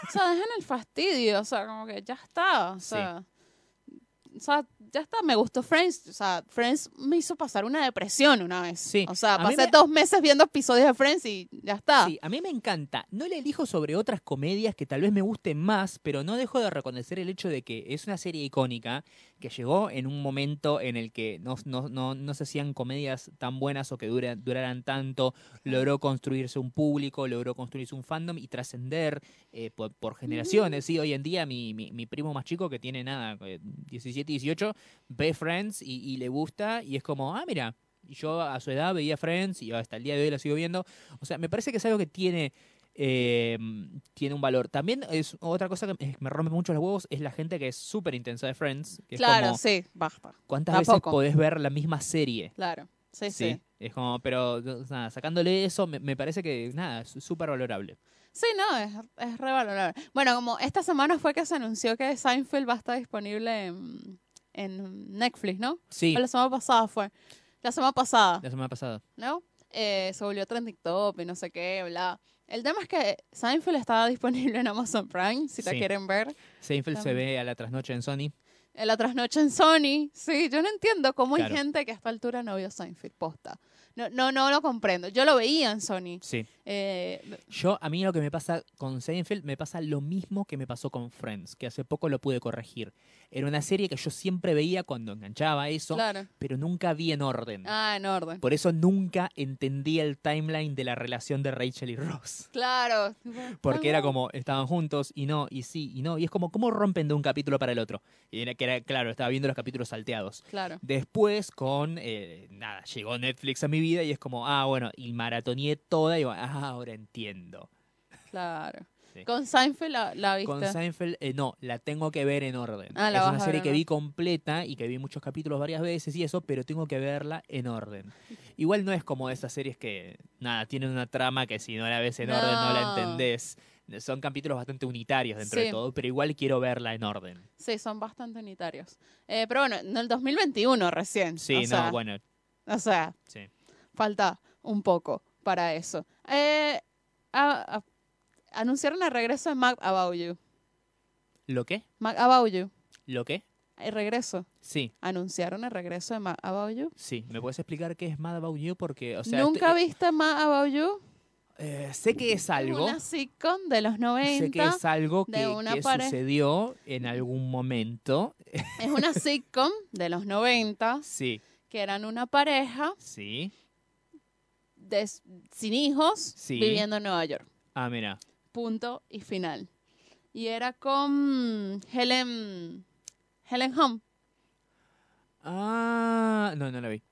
Speaker 1: O sea, dejen el fastidio, o sea, como que ya está, o
Speaker 2: Sí.
Speaker 1: sea, o sea, ya está, me gustó Friends, o sea, Friends me hizo pasar una depresión una vez.
Speaker 2: Sí,
Speaker 1: O sea,
Speaker 2: a mí
Speaker 1: pasé
Speaker 2: me-
Speaker 1: dos meses viendo episodios de Friends y ya está.
Speaker 2: Sí, a mí me encanta. No la elijo sobre otras comedias que tal vez me gusten más, pero no dejo de reconocer el hecho de que es una serie icónica que llegó en un momento en el que no, no- no- no se hacían comedias tan buenas o que dura- duraran tanto. Logró construirse un público, logró construirse un fandom y trascender eh, por, por generaciones. Sí, hoy en día mi, mi- mi primo más chico que tiene nada, eh, 17, 18, ve Friends y, y le gusta y es como, ah, mira. y Yo a su edad veía Friends y hasta el día de hoy la sigo viendo. O sea, me parece que es algo que tiene, eh, tiene un valor. También es otra cosa que me- me rompe mucho los huevos es la gente que es súper intensa de Friends. Que
Speaker 1: claro,
Speaker 2: es como,
Speaker 1: sí, basta,
Speaker 2: ¿cuántas veces
Speaker 1: tampoco.
Speaker 2: podés ver la misma serie?
Speaker 1: claro, sí, sí. Sí,
Speaker 2: Es como, pero nada, sacándole eso, me, me parece que nada, es súper valorable.
Speaker 1: no, es, es revalorable. Bueno, como esta semana fue que se anunció que Seinfeld va a estar disponible en, en Netflix, ¿no?
Speaker 2: Sí,
Speaker 1: O la semana pasada fue. La semana pasada.
Speaker 2: la semana pasada.
Speaker 1: ¿no? Eh, se volvió trending top y no sé qué, bla. El tema es que Seinfeld está disponible en Amazon Prime, si la
Speaker 2: Sí.
Speaker 1: quieren ver.
Speaker 2: Seinfeld se
Speaker 1: También.
Speaker 2: ve a la trasnoche en Sony.
Speaker 1: En la trasnoche en Sony. Sí, yo no entiendo cómo
Speaker 2: Claro.
Speaker 1: hay gente que a esta altura no vio Seinfeld, posta. No, no, no lo comprendo. Yo lo veía en Sony.
Speaker 2: Sí.
Speaker 1: Eh, me-
Speaker 2: Yo, a mí lo que me pasa con Seinfeld, me pasa lo mismo que me pasó con Friends, que hace poco lo pude corregir. Era una serie que yo siempre veía cuando enganchaba eso,
Speaker 1: claro.
Speaker 2: pero nunca vi en orden.
Speaker 1: Ah, en orden.
Speaker 2: Por eso nunca entendía el timeline de la relación de Rachel y Ross.
Speaker 1: Claro.
Speaker 2: Porque
Speaker 1: Ah.
Speaker 2: era como, estaban juntos y no, y sí, y no. Y es como, ¿cómo rompen de un capítulo para el otro? Y era que era, claro, estaba viendo los capítulos salteados.
Speaker 1: Claro.
Speaker 2: Después con, eh, nada, llegó Netflix a mi vida y es como, ah, bueno, y maratoneé toda y digo, ah, ahora entiendo.
Speaker 1: Claro.
Speaker 2: Sí.
Speaker 1: Con Seinfeld la, la viste.
Speaker 2: Con Seinfeld, eh, no, la tengo que ver en orden.
Speaker 1: Ah, la
Speaker 2: es
Speaker 1: vas
Speaker 2: una
Speaker 1: a ver
Speaker 2: serie
Speaker 1: en
Speaker 2: que
Speaker 1: orden.
Speaker 2: vi completa y que vi muchos capítulos varias veces y eso, pero tengo que verla en orden. Igual no es como esas series que, nada, tienen una trama que si no la ves en orden no la
Speaker 1: No.
Speaker 2: entendés. Son capítulos bastante unitarios dentro de
Speaker 1: Sí.
Speaker 2: todo, pero igual quiero verla en orden.
Speaker 1: Sí, son bastante unitarios. Eh, pero bueno, en el 2021 recién.
Speaker 2: Sí,
Speaker 1: o
Speaker 2: no,
Speaker 1: sea,
Speaker 2: bueno,
Speaker 1: O sea,
Speaker 2: sí.
Speaker 1: falta un poco para eso. Eh, a- a- anunciaron el regreso de Mac About You.
Speaker 2: ¿Lo qué?
Speaker 1: Mac About You.
Speaker 2: ¿Lo qué?
Speaker 1: El regreso.
Speaker 2: Sí,
Speaker 1: Anunciaron el regreso de Mac About You.
Speaker 2: sí. ¿Me puedes explicar qué es Mad About You? Porque, o sea,
Speaker 1: ¿Nunca
Speaker 2: este-
Speaker 1: viste Mac About You?
Speaker 2: eh, sé que es algo.
Speaker 1: Una sitcom de los 90.
Speaker 2: Sé que es algo que,
Speaker 1: de una
Speaker 2: que
Speaker 1: pare-
Speaker 2: sucedió en algún momento.
Speaker 1: Es una sitcom de los 90
Speaker 2: Sí,
Speaker 1: que eran una pareja
Speaker 2: sí.
Speaker 1: des- sin hijos
Speaker 2: Sí.
Speaker 1: viviendo en Nueva York.
Speaker 2: Ah, mira.
Speaker 1: Punto y final. Y era con Helen Helen Hunt.
Speaker 2: Ah, no, no la vi.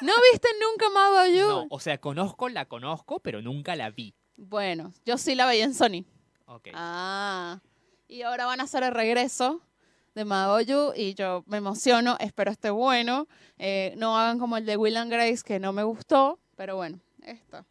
Speaker 1: ¿No viste nunca más Bayou?
Speaker 2: No, o sea, conozco, la conozco, pero nunca la vi.
Speaker 1: Bueno, yo sí la veía en Sony.
Speaker 2: Ok.
Speaker 1: Ah. Y ahora van a hacer el regreso de Madoyu y yo me emociono, espero esté bueno. Eh, no hagan como el de Will and Grace que no me gustó, pero bueno, esto.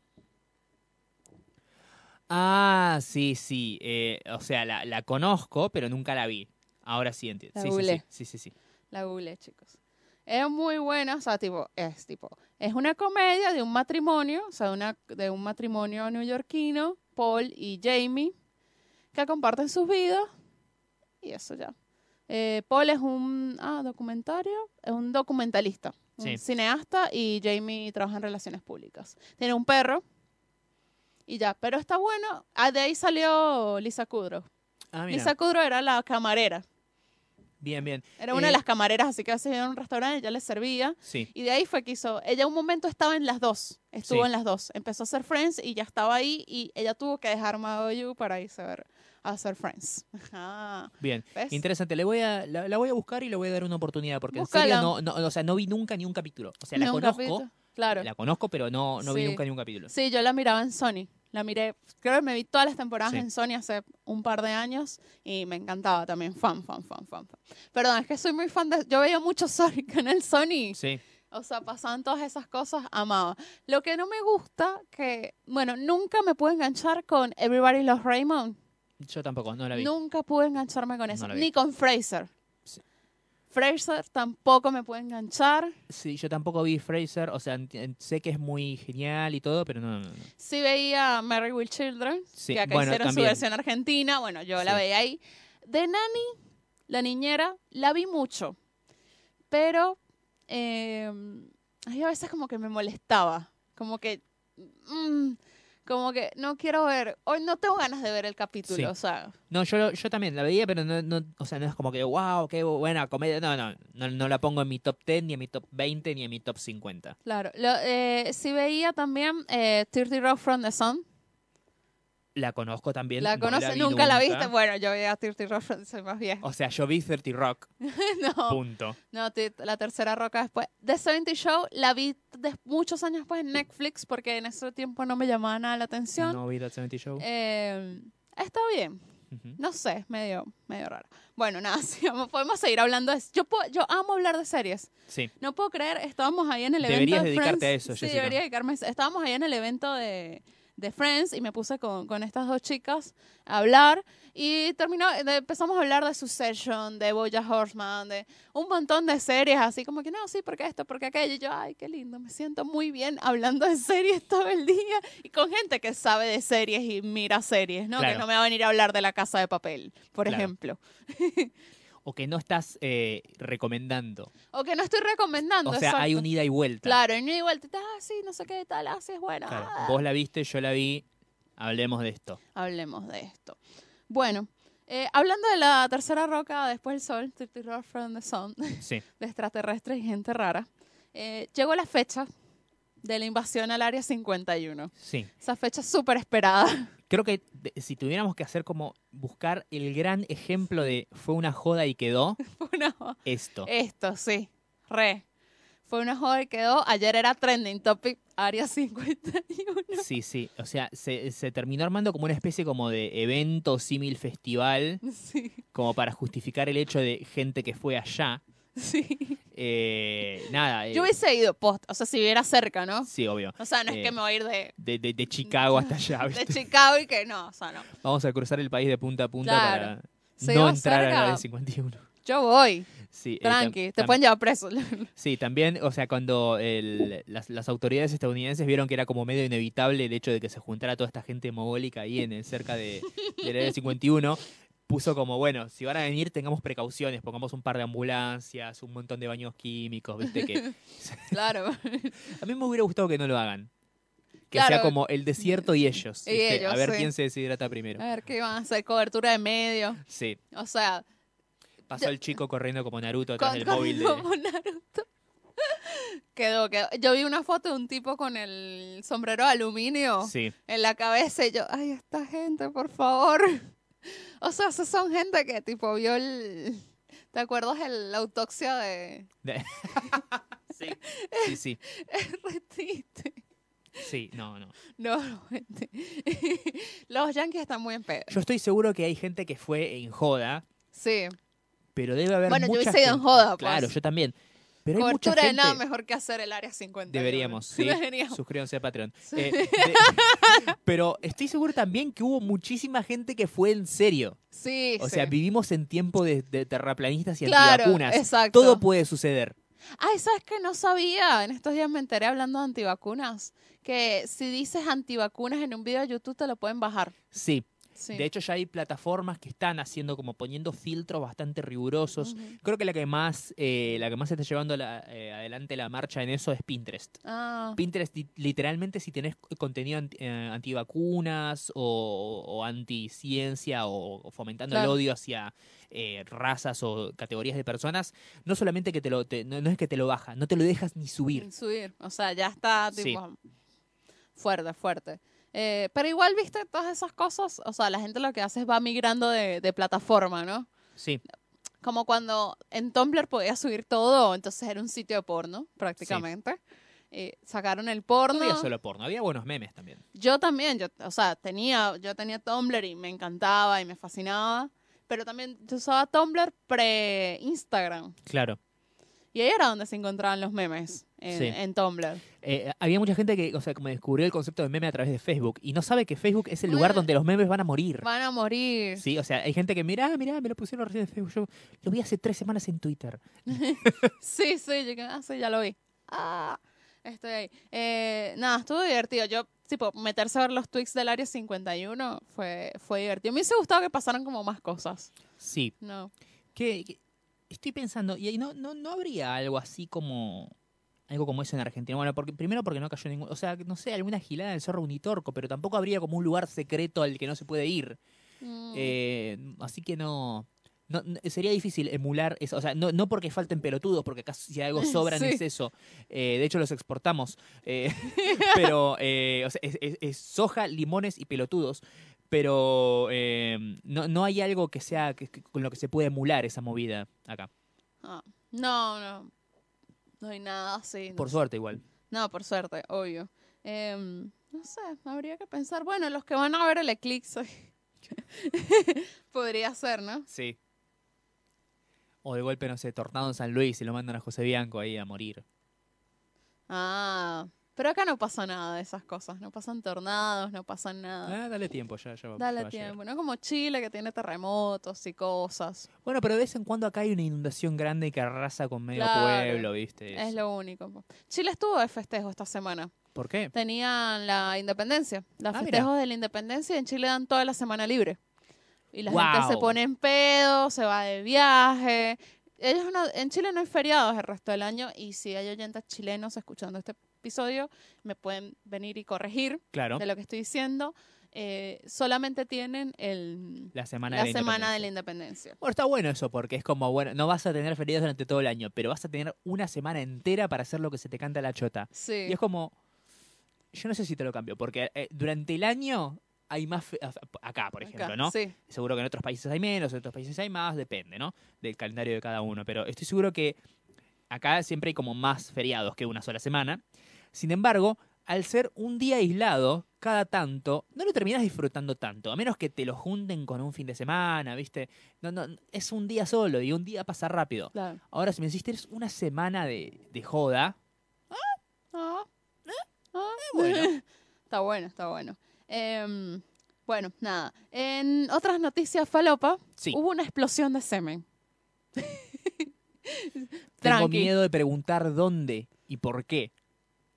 Speaker 2: Ah, sí, sí. eh, o sea, la, la conozco, pero nunca la vi. Ahora sí entiendo.
Speaker 1: La
Speaker 2: Sí, sí,
Speaker 1: googleé.
Speaker 2: sí, sí, sí, sí.
Speaker 1: La googleé, chicos. Es muy buena, o sea, tipo, es tipo, es una comedia de un matrimonio, o sea, de una, de un matrimonio neoyorquino, Paul y Jamie, que comparten sus vidas y eso ya. Eh, Paul es un ah, documentario, es un documentalista,
Speaker 2: Sí.
Speaker 1: un cineasta y Jamie trabaja en relaciones públicas. Tiene un perro y ya, pero está bueno. Ah, de ahí salió Lisa Kudrow.
Speaker 2: Ah, mira.
Speaker 1: Lisa Kudrow era la camarera.
Speaker 2: Bien, bien.
Speaker 1: Era una
Speaker 2: Eh,
Speaker 1: de las camareras, así que hacía en un restaurante, ya le servía.
Speaker 2: Sí.
Speaker 1: Y de ahí fue que hizo. Ella un momento estaba en las dos, estuvo
Speaker 2: Sí.
Speaker 1: en las dos. Empezó a hacer Friends y ya estaba ahí y ella tuvo que dejar Madoyu para irse a ver a hacer Friends. Ajá.
Speaker 2: Bien.
Speaker 1: ¿Ves?
Speaker 2: Interesante. Le voy a, la, la voy a buscar y le voy a dar una oportunidad porque en
Speaker 1: Búscala.
Speaker 2: serio no, no, o sea, no vi nunca ni un capítulo. O sea, la
Speaker 1: Ni un
Speaker 2: conozco,
Speaker 1: capítulo. Claro.
Speaker 2: la conozco, pero no, no vi
Speaker 1: Sí.
Speaker 2: nunca ni un capítulo.
Speaker 1: Sí, yo la miraba en Sony. La miré, creo que me vi todas las temporadas
Speaker 2: Sí.
Speaker 1: en Sony hace un par de años y me encantaba también. Fan, fan, fan, fan, fan. Perdón, es que soy muy fan de. Yo veía mucho Sony, Canal Sony.
Speaker 2: Sí.
Speaker 1: O sea, pasaban todas esas cosas, amaba. Lo que no me gusta, que, bueno, nunca me pude enganchar con Everybody Loves Raymond.
Speaker 2: Yo tampoco, no la vi.
Speaker 1: Nunca pude engancharme con
Speaker 2: No
Speaker 1: eso.
Speaker 2: la vi.
Speaker 1: Ni con Fraser.
Speaker 2: Sí.
Speaker 1: Fraser tampoco me pude enganchar.
Speaker 2: Sí, yo tampoco vi Fraser. O sea, enti- en- sé que es muy genial y todo, pero no, no, no.
Speaker 1: Sí veía Mary Will Children,
Speaker 2: Sí,
Speaker 1: que acá
Speaker 2: bueno,
Speaker 1: hicieron
Speaker 2: también.
Speaker 1: su versión argentina. Bueno, yo la
Speaker 2: Sí.
Speaker 1: veía ahí. De Nani, la niñera, la vi mucho. Pero eh, ay, a veces como que me molestaba. Como que. mm, como que no quiero ver. Hoy no tengo ganas de ver el capítulo.
Speaker 2: Sí.
Speaker 1: O sea,
Speaker 2: No, yo, lo- yo también la veía, pero no, no, o sea, no es como que, wow, qué buena comedia. No, no, no, no la pongo en mi top 10, ni en mi top 20, ni en mi top 50.
Speaker 1: claro. Lo- eh, sí veía también eh, 30 Rock from the Sun.
Speaker 2: La conozco también.
Speaker 1: ¿La
Speaker 2: no
Speaker 1: conoces?
Speaker 2: vi Oh,
Speaker 1: nunca, la viste. Bueno, yo veía 30 Rock from the Sun más bien.
Speaker 2: O sea, yo vi 30 Rock,
Speaker 1: no.
Speaker 2: punto.
Speaker 1: No, te- la tercera roca después. The 70 Show la vi des- muchos años después en Netflix porque en ese tiempo no me llamaba nada la atención.
Speaker 2: No vi The 70 Show.
Speaker 1: Eh, está bien,
Speaker 2: Ujú.
Speaker 1: no sé, es medio, medio raro. Bueno, nada, sí, vamos- podemos seguir hablando de yo, puedo- yo amo hablar de series.
Speaker 2: Sí,
Speaker 1: No puedo creer, estábamos ahí en el evento.
Speaker 2: Deberías
Speaker 1: de
Speaker 2: dedicarte
Speaker 1: Friends.
Speaker 2: a eso,
Speaker 1: Sí,
Speaker 2: Jessica.
Speaker 1: debería dedicarme a eso. Estábamos ahí en el evento de, de Friends y me puse con, con estas dos chicas a hablar. Y terminó, de- empezamos a hablar de Succession, de Boya Horseman, de un montón de series, así como que no, sí, porque esto, porque aquello. Y yo, ay, qué lindo, me siento muy bien hablando de series todo el día y con gente que sabe de series y mira series, ¿no?
Speaker 2: Claro.
Speaker 1: Que no me va a venir a hablar de la casa de papel, por
Speaker 2: Claro.
Speaker 1: ejemplo.
Speaker 2: o que no estás eh, recomendando.
Speaker 1: O que no estoy recomendando.
Speaker 2: O sea, hay
Speaker 1: exacto.
Speaker 2: un ida y vuelta.
Speaker 1: Claro, y no igual, te- ah, sí, no sé qué tal, ah, sí, es buena.
Speaker 2: Claro.
Speaker 1: ah.
Speaker 2: Vos la viste, yo la vi. Hablemos de esto.
Speaker 1: Hablemos de esto. Bueno, eh, hablando de la tercera roca después del sol, 30 Rock from the Sun, de
Speaker 2: Sí,
Speaker 1: extraterrestres y gente rara, eh, llegó la fecha de la invasión al Área 51.
Speaker 2: sí.
Speaker 1: Esa fecha súper esperada.
Speaker 2: Creo que de- si tuviéramos que hacer como buscar el gran ejemplo de fue una joda y quedó,
Speaker 1: Fue una jo-
Speaker 2: esto.
Speaker 1: esto, sí, re. Fue una joda que quedó. Ayer era trending topic, Área 51.
Speaker 2: Sí, sí. O sea, se, se terminó armando como una especie como de evento símil festival,
Speaker 1: Sí,
Speaker 2: como para justificar el hecho de gente que fue allá.
Speaker 1: sí.
Speaker 2: Eh, nada. eh,
Speaker 1: Yo hubiese ido post, o sea, si viera cerca, ¿no?
Speaker 2: Sí, obvio.
Speaker 1: O sea, no
Speaker 2: Eh,
Speaker 1: es que me voy a ir de,
Speaker 2: De, de- de Chicago hasta allá.
Speaker 1: de
Speaker 2: ¿viste?
Speaker 1: Chicago y que no, o sea, no.
Speaker 2: Vamos a cruzar el país de punta a punta
Speaker 1: Claro.
Speaker 2: para
Speaker 1: Se
Speaker 2: no
Speaker 1: iba
Speaker 2: entrar a la
Speaker 1: cerca.
Speaker 2: de 51.
Speaker 1: Yo voy,
Speaker 2: Sí, eh, tam-
Speaker 1: tranqui, te
Speaker 2: tam-
Speaker 1: pueden llevar preso.
Speaker 2: Sí, también, o sea, cuando el- las, las autoridades estadounidenses vieron que era como medio inevitable el hecho de que se juntara toda esta gente mogólica ahí en el- cerca de, del área 51, puso como, bueno, si van a venir tengamos precauciones, pongamos un par de ambulancias, un montón de baños químicos, viste que...
Speaker 1: claro.
Speaker 2: A mí me hubiera gustado que no lo hagan. Que sea
Speaker 1: Claro.
Speaker 2: como el desierto y ellos.
Speaker 1: Y
Speaker 2: ¿viste?
Speaker 1: ellos,
Speaker 2: a ver
Speaker 1: sí. Ah.
Speaker 2: quién se deshidrata
Speaker 1: A
Speaker 2: primero.
Speaker 1: ver qué van a hacer, cobertura de medio.
Speaker 2: Sí,
Speaker 1: O sea,
Speaker 2: pasó el chico corriendo como Naruto atrás
Speaker 1: con,
Speaker 2: del
Speaker 1: con-
Speaker 2: móvil de...
Speaker 1: como Naruto. Quedó, quedó. Yo vi una foto de un tipo con el sombrero de aluminio
Speaker 2: Sí.
Speaker 1: en la cabeza y yo, ay, esta gente, por favor. O sea, esas son gente que tipo vio el... ¿Te acuerdas el- la autopsia de...
Speaker 2: Sí. Sí, sí.
Speaker 1: Es re triste.
Speaker 2: Sí, no, no.
Speaker 1: No, no, gente. Los yankees están muy en pedo.
Speaker 2: Yo estoy seguro que hay gente que fue en joda,
Speaker 1: Sí.
Speaker 2: pero debe haber
Speaker 1: Bueno, yo
Speaker 2: mucha
Speaker 1: hubiese ido en
Speaker 2: gente-
Speaker 1: joda, pues.
Speaker 2: Claro, yo también. Pero hay mucha
Speaker 1: Cobertura
Speaker 2: gente...
Speaker 1: de nada mejor que hacer el área 50.
Speaker 2: Deberíamos, sí.
Speaker 1: Deberíamos.
Speaker 2: Suscríbanse a Patreon.
Speaker 1: Sí.
Speaker 2: Eh, de- pero estoy seguro también que hubo muchísima gente que fue en serio.
Speaker 1: Sí,
Speaker 2: O
Speaker 1: sí.
Speaker 2: sea, vivimos en tiempo de, de terraplanistas y
Speaker 1: Claro,
Speaker 2: antivacunas.
Speaker 1: exacto.
Speaker 2: Todo puede suceder.
Speaker 1: Ay, ¿sabes qué? No sabía. En estos días me enteré hablando de antivacunas. Que si dices antivacunas en un video de YouTube te lo pueden bajar.
Speaker 2: Sí.
Speaker 1: Sí.
Speaker 2: De hecho, ya hay plataformas que están haciendo como poniendo filtros bastante rigurosos.
Speaker 1: Ujú.
Speaker 2: Creo que la que más, eh, la que más está llevando la- eh, adelante la marcha en eso es Pinterest.
Speaker 1: Ah,
Speaker 2: Pinterest, li- literalmente, si tenés contenido anti- eh, antivacunas o, o anticiencia o, o fomentando el
Speaker 1: Claro.
Speaker 2: odio hacia eh, razas o categorías de personas, no solamente que te lo, te- no, no es que te lo baja, no te lo dejas ni subir.
Speaker 1: sin subir. O sea, ya está
Speaker 2: Sí.
Speaker 1: tipo fuerte, fuerte. Eh, pero igual, viste, todas esas cosas, o sea, la gente lo que hace es va migrando de, de plataforma, ¿no?
Speaker 2: Sí,
Speaker 1: Como cuando en Tumblr podía subir todo, entonces era un sitio de porno, prácticamente. Eh, sacaron el
Speaker 2: no
Speaker 1: porno.
Speaker 2: había solo porno, había buenos memes también.
Speaker 1: Yo también, yo, o sea, tenía, yo tenía Tumblr y me encantaba y me fascinaba, pero también yo usaba Tumblr pre-Instagram.
Speaker 2: Claro.
Speaker 1: Y ahí era donde se encontraban los memes en,
Speaker 2: Sí.
Speaker 1: en Tumblr.
Speaker 2: Eh, había mucha gente que, o sea, como descubrió el concepto de meme a través de Facebook y no sabe que Facebook es el lugar
Speaker 1: Bueno.
Speaker 2: donde los memes van a morir.
Speaker 1: Van a morir.
Speaker 2: Sí, o sea, hay gente que, mirá, mirá, me lo pusieron recién en Facebook. Yo lo vi hace tres semanas en Twitter.
Speaker 1: Sí, sí, yo que, ah, sí, ya lo vi. Ah, estoy ahí. Eh, nada, estuvo divertido. Yo, tipo, meterse a ver los tweets del área 51 fue, fue divertido. Me hubiese gustado que pasaran como más cosas.
Speaker 2: Sí,
Speaker 1: No.
Speaker 2: que, que- estoy pensando, y ahí no, no, no habría algo así como algo como eso en Argentina. Bueno, porque primero porque no cayó ningún, o sea, no sé, alguna gilada del zorro unitorco, pero tampoco habría como un lugar secreto al que no se puede ir.
Speaker 1: Mm,
Speaker 2: Eh, así que no, no- no- sería difícil emular eso, o sea, no, no porque falten pelotudos, porque acá si algo sobra
Speaker 1: Sí.
Speaker 2: es eso. Eh, de hecho los exportamos, Eh, pero eh, o sea, es, es- es soja, limones y pelotudos. Pero eh, no, no hay algo que sea que- que- con lo que se puede emular esa movida acá.
Speaker 1: ah, no, no. No hay nada así. no
Speaker 2: Por suerte igual.
Speaker 1: No, por suerte, obvio. Em, no sé, habría que pensar. Bueno, los que van a ver el eclipse. Podría ser, ¿no?
Speaker 2: Sí. O de golpe, no sé, tornado en San Luis y lo mandan a José Bianco ahí a morir.
Speaker 1: Ah, pero acá no pasa nada de esas cosas. No pasan tornados, no pasan nada.
Speaker 2: Ah, dale tiempo, ya, ya va- ya va
Speaker 1: Dale
Speaker 2: a llegar.
Speaker 1: tiempo, ¿no? Como Chile que tiene terremotos y cosas.
Speaker 2: Bueno, pero de vez en cuando acá hay una inundación grande que arrasa con medio
Speaker 1: Claro.
Speaker 2: pueblo, ¿viste?
Speaker 1: Es lo único. Chile estuvo de festejo esta semana.
Speaker 2: ¿Por qué?
Speaker 1: Tenían la independencia, los
Speaker 2: Ah, mira.
Speaker 1: festejos de la independencia y en Chile dan toda la semana libre. Y la gente se
Speaker 2: Guau.
Speaker 1: pone en pedo, se va de viaje. Ellos no- en Chile no hay feriados el resto del año y si hay oyentes chilenos escuchando este episodio, me pueden venir y corregir
Speaker 2: Claro.
Speaker 1: de lo que estoy diciendo. Eh, solamente tienen el,
Speaker 2: La semana,
Speaker 1: la
Speaker 2: de, la
Speaker 1: semana de la
Speaker 2: independencia.
Speaker 1: independencia.
Speaker 2: Bueno, está bueno eso, porque es como, bueno, no vas a tener feriados durante todo el año, pero vas a tener una semana entera para hacer lo que se te canta la chota.
Speaker 1: Sí.
Speaker 2: Y es como, yo no sé si te lo cambio, porque eh, durante el año hay más, fe- acá, por ejemplo,
Speaker 1: Acá,
Speaker 2: ¿no?
Speaker 1: Sí.
Speaker 2: Seguro que en otros países hay menos, en otros países hay más, depende, ¿no? Del calendario de cada uno. Pero estoy seguro que acá siempre hay como más feriados que una sola semana. Sin embargo, al ser un día aislado, cada tanto, no lo terminas disfrutando tanto, a menos que te lo junten con un fin de semana, ¿viste? No, no, es un día solo y un día pasa rápido.
Speaker 1: Claro.
Speaker 2: Ahora, si me decís, es una semana de, de joda,
Speaker 1: Ah. Ah,
Speaker 2: eh, bueno.
Speaker 1: está bueno, está bueno. Em, bueno, nada. En otras noticias, Falopa,
Speaker 2: sí.
Speaker 1: hubo una explosión de semen.
Speaker 2: tengo
Speaker 1: Tranqui.
Speaker 2: miedo de preguntar dónde y por qué.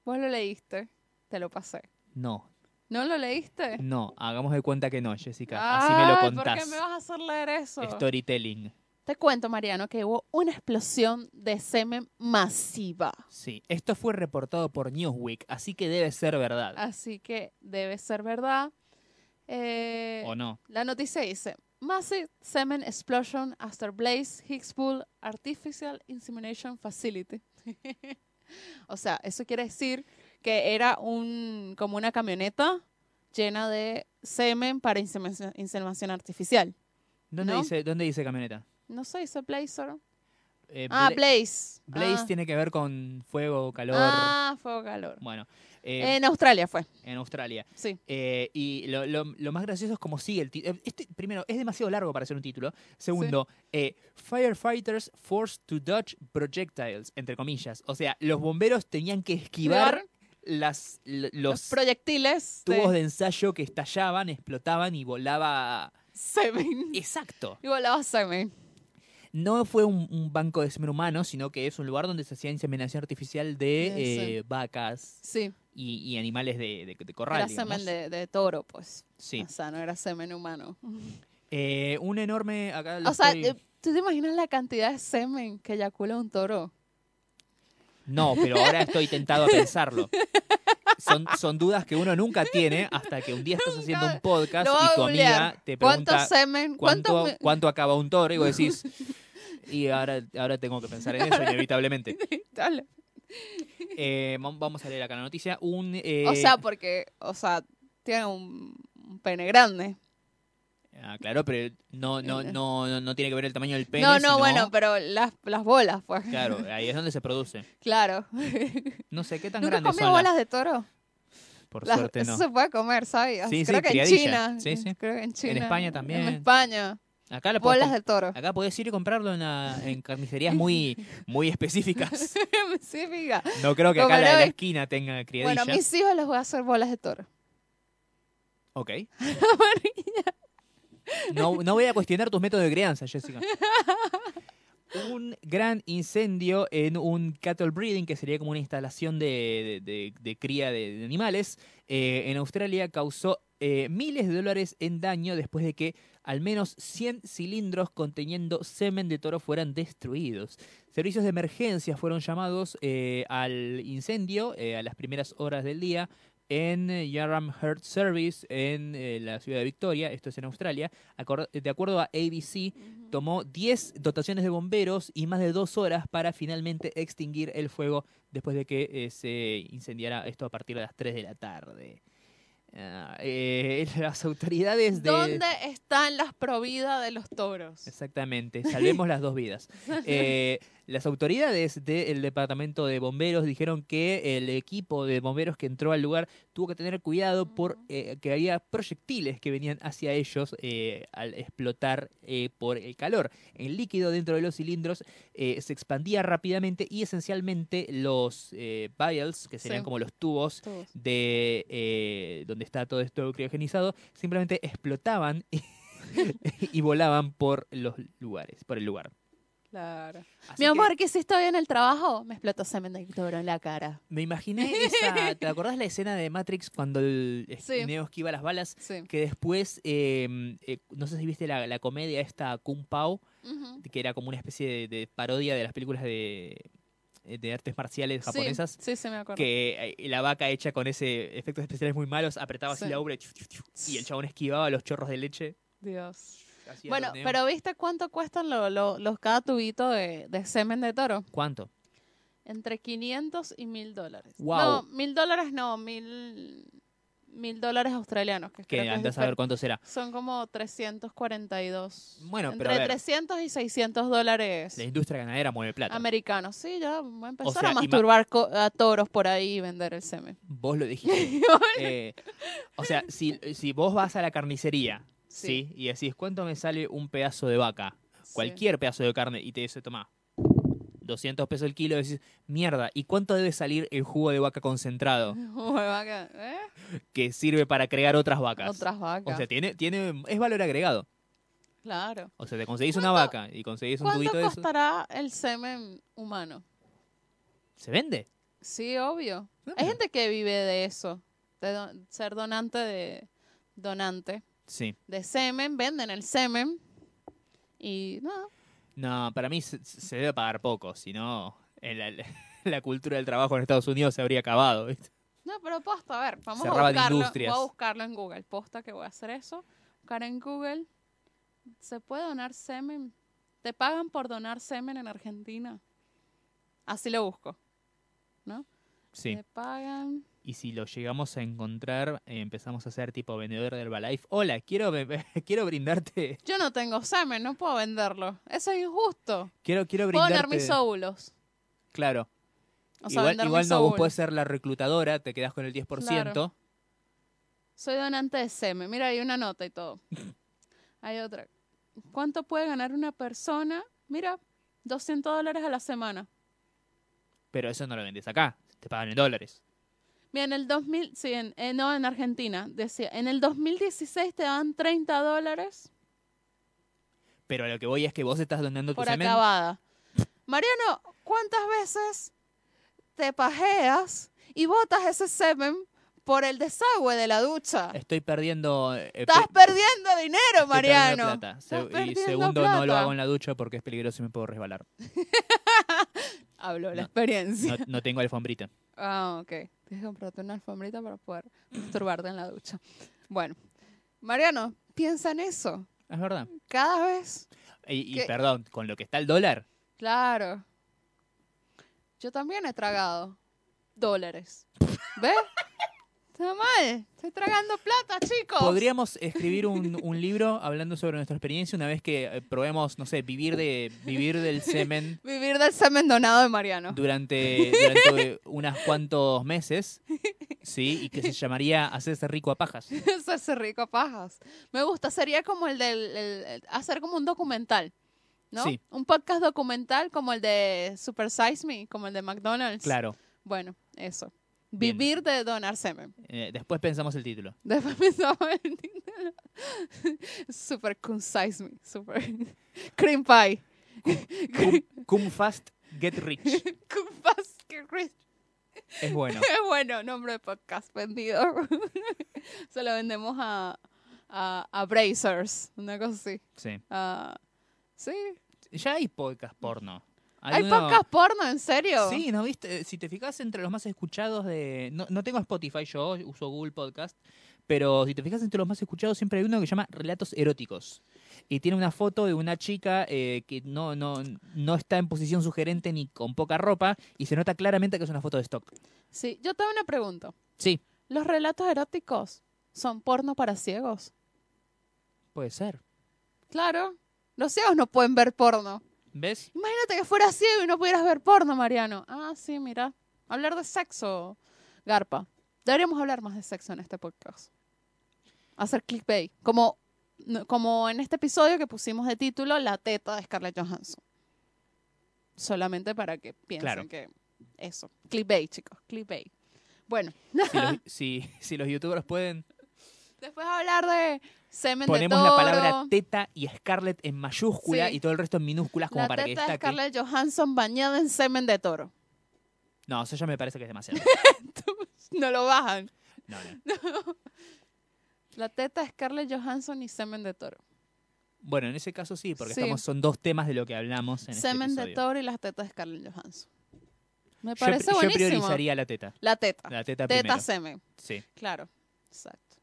Speaker 1: Vos lo leíste, te lo pasé.
Speaker 2: No,
Speaker 1: ¿No lo leíste?
Speaker 2: no, hagamos de cuenta que no, Jessica. Así me lo
Speaker 1: Ay, ¿Por
Speaker 2: contás.
Speaker 1: qué me vas a hacer leer eso?
Speaker 2: Storytelling.
Speaker 1: Te cuento, Mariano, que hubo una explosión de semen masiva.
Speaker 2: Sí, esto fue reportado por Newsweek, así que debe ser verdad.
Speaker 1: Así que debe ser verdad. Eh,
Speaker 2: ¿O no?
Speaker 1: La noticia dice: Massive semen explosion after Blaze Higgspool Artificial Insemination Facility. O sea, eso quiere decir que era un, como una camioneta llena de semen para inseminación, inseminación artificial.
Speaker 2: ¿Dónde,
Speaker 1: ¿No?
Speaker 2: dice, ¿Dónde dice camioneta?
Speaker 1: No sé, dice Blazer.
Speaker 2: Eh,
Speaker 1: ah,
Speaker 2: Bla-
Speaker 1: Blaze.
Speaker 2: Blaze
Speaker 1: Ah.
Speaker 2: tiene que ver con fuego, calor.
Speaker 1: Ah, fuego calor.
Speaker 2: Bueno, eh,
Speaker 1: En Australia fue,
Speaker 2: en Australia.
Speaker 1: sí.
Speaker 2: Eh, y lo, lo- lo más gracioso es cómo sigue el título. primero, es demasiado largo para ser un título. Segundo, eh, Firefighters forced to dodge projectiles, entre comillas. O sea, los bomberos tenían que esquivar las, l-
Speaker 1: Los,
Speaker 2: los
Speaker 1: proyectiles
Speaker 2: tubos
Speaker 1: de
Speaker 2: de ensayo que estallaban, explotaban y volaba.
Speaker 1: semen.
Speaker 2: Exacto.
Speaker 1: Y volaba semen.
Speaker 2: No fue un, un banco de semen humano, sino que es un lugar donde se hacía inseminación artificial de
Speaker 1: Sí, sí.
Speaker 2: eh, vacas
Speaker 1: Sí,
Speaker 2: y, y animales de, de- de corral.
Speaker 1: era
Speaker 2: digamos.
Speaker 1: semen de, de toro, pues.
Speaker 2: Sí.
Speaker 1: O sea, no era semen humano.
Speaker 2: Eh, un enorme. Acá lo
Speaker 1: O sea,
Speaker 2: estoy-
Speaker 1: eh, ¿tú te imaginas la cantidad de semen que eyacula un toro?
Speaker 2: No, pero ahora estoy tentado a pensarlo. Son, son dudas que uno nunca tiene hasta que un día estás haciendo un podcast
Speaker 1: Lo voy a
Speaker 2: y tu amiga
Speaker 1: googlear.
Speaker 2: te
Speaker 1: ¿Cuánto
Speaker 2: pregunta
Speaker 1: semen? ¿Cuánto?
Speaker 2: cuánto,
Speaker 1: me-
Speaker 2: cuánto acaba un toro y vos decís, y ahora, ahora tengo que pensar en eso inevitablemente.
Speaker 1: Dale.
Speaker 2: Eh, vam- vamos a leer acá la noticia. Un, eh,
Speaker 1: O sea, porque, o sea, tiene un, un pene grande.
Speaker 2: ah, claro, pero no, no, no, no, no tiene que ver el tamaño del pene.
Speaker 1: Eh. no, no,
Speaker 2: sino-
Speaker 1: bueno, pero las, las bolas, pues.
Speaker 2: Claro, ahí es donde se produce.
Speaker 1: Claro.
Speaker 2: No sé qué tan
Speaker 1: ¿Nunca
Speaker 2: grandes
Speaker 1: comió
Speaker 2: son. las-
Speaker 1: bolas de toro?
Speaker 2: Por
Speaker 1: Las-
Speaker 2: suerte no.
Speaker 1: Eso se puede comer, ¿sabías?
Speaker 2: Sí, sí,
Speaker 1: Creo que
Speaker 2: criadilla.
Speaker 1: en China.
Speaker 2: Sí, sí.
Speaker 1: Creo que en China.
Speaker 2: España también.
Speaker 1: En España.
Speaker 2: Acá la podés
Speaker 1: Bolas de toro.
Speaker 2: Acá podés ir y comprarlo en, la- en carnicerías muy, muy específicas.
Speaker 1: sí, fija.
Speaker 2: No creo que acá
Speaker 1: Como
Speaker 2: la de la
Speaker 1: no-
Speaker 2: esquina tenga
Speaker 1: Bueno,
Speaker 2: criadilla.
Speaker 1: a mis hijos les voy a hacer bolas de toro.
Speaker 2: Ok. No, no voy a cuestionar tus métodos de crianza, Jessica. Un gran incendio en un cattle breeding, que sería como una instalación de, de- de- de cría de, de animales, eh, en Australia causó eh, miles de dólares en daño después de que al menos 100 cilindros conteniendo semen de toro fueran destruidos. Servicios de emergencia fueron llamados eh, al incendio eh, a las primeras horas del día en eh, Yarram Heart Service en eh, la ciudad de Victoria, esto es en Australia. Acor- de acuerdo a ABC, tomó 10 dotaciones de bomberos y más de dos horas para finalmente extinguir el fuego después de que eh, se incendiara esto a partir de las 3 de la tarde. Ah, eh, las autoridades de...
Speaker 1: ¿Dónde están las providas de los toros?
Speaker 2: Exactamente, salvemos las dos vidas. Eh, las autoridades del departamento de bomberos dijeron que el equipo de bomberos que entró al lugar tuvo que tener cuidado por
Speaker 1: Ujú.
Speaker 2: eh, que había proyectiles que venían hacia ellos eh, al explotar eh, por el calor. El líquido dentro de los cilindros eh, se expandía rápidamente y esencialmente los eh, vials, que serían
Speaker 1: Sí.
Speaker 2: como los tubos
Speaker 1: Todos.
Speaker 2: de eh, donde está todo esto criogenizado, simplemente explotaban y, y volaban por los lugares, por el lugar.
Speaker 1: Claro.
Speaker 2: Así
Speaker 1: Mi
Speaker 2: que
Speaker 1: amor, que si estoy en el trabajo, me explotó semen de toro en la cara.
Speaker 2: me imaginé esa, ¿te acordás la escena de Matrix cuando el es-
Speaker 1: Sí.
Speaker 2: Neo esquiva las balas?
Speaker 1: Sí.
Speaker 2: Que después, eh, eh, no sé si viste la, la comedia esta Kung Pao,
Speaker 1: Ujú.
Speaker 2: que era como una especie de, de parodia de las películas de, eh, de artes marciales
Speaker 1: Sí,
Speaker 2: japonesas.
Speaker 1: Sí, sí, me acuerdo.
Speaker 2: que eh, la vaca hecha con ese efectos especiales muy malos apretaba así
Speaker 1: Sí.
Speaker 2: la ubre chu, chu, chu, y el chabón esquivaba los chorros de leche.
Speaker 1: Dios.
Speaker 2: hacía
Speaker 1: Bueno,
Speaker 2: torneo.
Speaker 1: pero ¿viste cuánto cuestan lo- lo- los cada tubito de, de semen de toro?
Speaker 2: ¿Cuánto?
Speaker 1: Entre 500 y 1000 dólares. No,
Speaker 2: Guau.
Speaker 1: 1000 dólares no, 1000 mil dólares australianos. Que, creo
Speaker 2: Que
Speaker 1: que es
Speaker 2: andás a ver
Speaker 1: diferente.
Speaker 2: cuánto será.
Speaker 1: Son como 342.
Speaker 2: Bueno,
Speaker 1: Entre
Speaker 2: pero a ver.
Speaker 1: 300 y 600 dólares
Speaker 2: La industria ganadera mueve plata.
Speaker 1: americanos. Sí, ya voy a empezar
Speaker 2: sea,
Speaker 1: a
Speaker 2: ima-
Speaker 1: masturbar co- a toros por ahí y vender el semen.
Speaker 2: Vos lo dijiste. Eh, o sea, si, si vos vas a la carnicería, sí. Y decís, ¿cuánto me sale un pedazo de vaca?
Speaker 1: Sí.
Speaker 2: Cualquier pedazo de carne. Y te dice, toma, 200 pesos el kilo. Decís, mierda, ¿y cuánto debe salir el jugo de vaca concentrado
Speaker 1: Uy, vaca, ¿eh?
Speaker 2: que sirve para crear otras vacas?
Speaker 1: Otras
Speaker 2: O
Speaker 1: vacas.
Speaker 2: sea, tiene, tiene, es valor agregado.
Speaker 1: claro.
Speaker 2: O sea, te conseguís una vaca y conseguís un
Speaker 1: ¿Cuánto
Speaker 2: tubito de eso.
Speaker 1: costará el semen humano?
Speaker 2: ¿Se vende?
Speaker 1: Sí, obvio.
Speaker 2: Ah,
Speaker 1: Hay
Speaker 2: mira.
Speaker 1: gente que vive de eso, de don- ser donante de donante
Speaker 2: Sí.
Speaker 1: de semen, venden el semen y no,
Speaker 2: No, para mí se, se debe pagar poco, si no, en la, la cultura del trabajo en Estados Unidos se habría acabado. ¿viste?
Speaker 1: no, pero posta, a ver, vamos
Speaker 2: Cerraba
Speaker 1: a
Speaker 2: de
Speaker 1: buscarlo, voy
Speaker 2: industrias.
Speaker 1: a buscarlo en Google, posta que voy a hacer eso, buscar en Google, se puede donar semen, te pagan por donar semen en Argentina, así lo busco, ¿no?
Speaker 2: Sí.
Speaker 1: Me pagan.
Speaker 2: Y si lo llegamos a encontrar, eh, empezamos a ser tipo vendedor de Herbalife. Hola, quiero, be- quiero brindarte.
Speaker 1: Yo no tengo semen, no puedo venderlo. Eso es injusto.
Speaker 2: Quiero, quiero
Speaker 1: Puedo donar
Speaker 2: brindarte.
Speaker 1: mis óvulos.
Speaker 2: Claro.
Speaker 1: O sea,
Speaker 2: igual
Speaker 1: vender
Speaker 2: igual
Speaker 1: mis
Speaker 2: no, vos
Speaker 1: óvulos.
Speaker 2: podés ser la reclutadora, te quedás con el 10%.
Speaker 1: Claro. Soy donante de semen. Mira, hay una nota y todo. hay otra. ¿Cuánto puede ganar una persona? Mira, 200 dólares a la semana.
Speaker 2: Pero eso no lo vendes acá. Te pagan en dólares.
Speaker 1: Mira, en el 2000, sí, en- eh, no, en Argentina, decía, en el 2016 te dan 30 dólares
Speaker 2: Pero a lo que voy es que vos estás donando tu
Speaker 1: por
Speaker 2: semen.
Speaker 1: acabada. Mariano, ¿cuántas veces te pajeas y botas ese semen por el desagüe de la ducha?
Speaker 2: Estoy perdiendo. eh, pe-
Speaker 1: Estás perdiendo dinero,
Speaker 2: estoy perdiendo
Speaker 1: Mariano.
Speaker 2: plata.
Speaker 1: Estás
Speaker 2: Se- y
Speaker 1: perdiendo
Speaker 2: segundo, no lo
Speaker 1: plata.
Speaker 2: hago en la ducha porque es peligroso y me puedo resbalar.
Speaker 1: Hablo de
Speaker 2: No,
Speaker 1: la experiencia.
Speaker 2: No, no tengo alfombrita.
Speaker 1: Ah, ok. Tienes que comprarte una alfombrita para poder masturbarte en la ducha. Bueno, Mariano, piensa en eso.
Speaker 2: Es verdad.
Speaker 1: Cada vez.
Speaker 2: Y, y
Speaker 1: ¿Qué?
Speaker 2: perdón, con lo que está el dólar.
Speaker 1: Claro. Yo también he tragado dólares. ¿Ves? Está mal. Estoy tragando plata, chicos.
Speaker 2: Podríamos escribir un, un libro hablando sobre nuestra experiencia una vez que eh, probemos, no sé, vivir de vivir del semen
Speaker 1: Vivir del semen donado de Mariano.
Speaker 2: durante, durante unos cuantos meses, ¿sí? Y que se llamaría hacerse rico a pajas.
Speaker 1: Hacerse rico a pajas. Me gusta. Sería como el del. el- el- hacer como un documental. ¿No?
Speaker 2: Sí.
Speaker 1: Un podcast documental como el de Super Size Me, como el de McDonald's.
Speaker 2: Claro.
Speaker 1: Bueno, eso.
Speaker 2: Bien.
Speaker 1: Vivir de donar semen.
Speaker 2: Eh, después pensamos el título.
Speaker 1: Después pensaba en Nintendo. Super concise me. Super. Cream pie.
Speaker 2: Cum, cum fast, get rich.
Speaker 1: Cream fast, que rich.
Speaker 2: Es bueno.
Speaker 1: Qué bueno, nombre de podcast vendido. Se lo vendemos a, a, a Brazers. Una cosa así.
Speaker 2: Sí.
Speaker 1: Ah, sí.
Speaker 2: Ya hay podcast porno.
Speaker 1: Hay
Speaker 2: Alguno-
Speaker 1: podcast porno, en serio.
Speaker 2: Sí, ¿no viste? Eh, Si te fijas entre los más escuchados de... No, no tengo Spotify, yo uso Google Podcast, pero si te fijas entre los más escuchados siempre hay uno que se llama Relatos Eróticos. Y tiene una foto de una chica eh, que no, no, no está en posición sugerente ni con poca ropa y se nota claramente que es una foto de stock.
Speaker 1: Sí, yo tengo una pregunta.
Speaker 2: Sí,
Speaker 1: ¿Los relatos eróticos son porno para ciegos?
Speaker 2: puede ser.
Speaker 1: Claro. Los ciegos no pueden ver porno.
Speaker 2: ¿Ves?
Speaker 1: Imagínate que fueras ciego y no pudieras ver porno, Mariano. Ah, sí, mira. Hablar de sexo, Garpa. Deberíamos hablar más de sexo en este podcast. Hacer clickbait. Como, no, como en este episodio que pusimos de título La teta de Scarlett Johansson. Solamente para que piensen
Speaker 2: Claro.
Speaker 1: que eso. Clickbait, chicos. Clickbait. Bueno,
Speaker 2: Si los, si, si los youtubers pueden,
Speaker 1: después hablar de semen
Speaker 2: ponemos
Speaker 1: de
Speaker 2: la
Speaker 1: toro.
Speaker 2: palabra teta y Scarlett en mayúscula
Speaker 1: Sí.
Speaker 2: y todo el resto en minúsculas como
Speaker 1: la
Speaker 2: para que
Speaker 1: teta de
Speaker 2: destaque.
Speaker 1: Scarlett Johansson bañada en semen de toro.
Speaker 2: No, eso ya me parece que es demasiado.
Speaker 1: No lo bajan.
Speaker 2: No, no.
Speaker 1: La teta de Scarlett Johansson y semen de toro.
Speaker 2: Bueno, en ese caso sí, porque
Speaker 1: Sí.
Speaker 2: estamos, son dos temas de lo que hablamos en este
Speaker 1: semen de
Speaker 2: episodio.
Speaker 1: toro y las tetas de Scarlett Johansson. Me
Speaker 2: Yo-
Speaker 1: parece
Speaker 2: yo,
Speaker 1: buenísimo.
Speaker 2: priorizaría la teta.
Speaker 1: La teta.
Speaker 2: La teta,
Speaker 1: teta
Speaker 2: primero.
Speaker 1: semen.
Speaker 2: Sí.
Speaker 1: Claro. Exacto.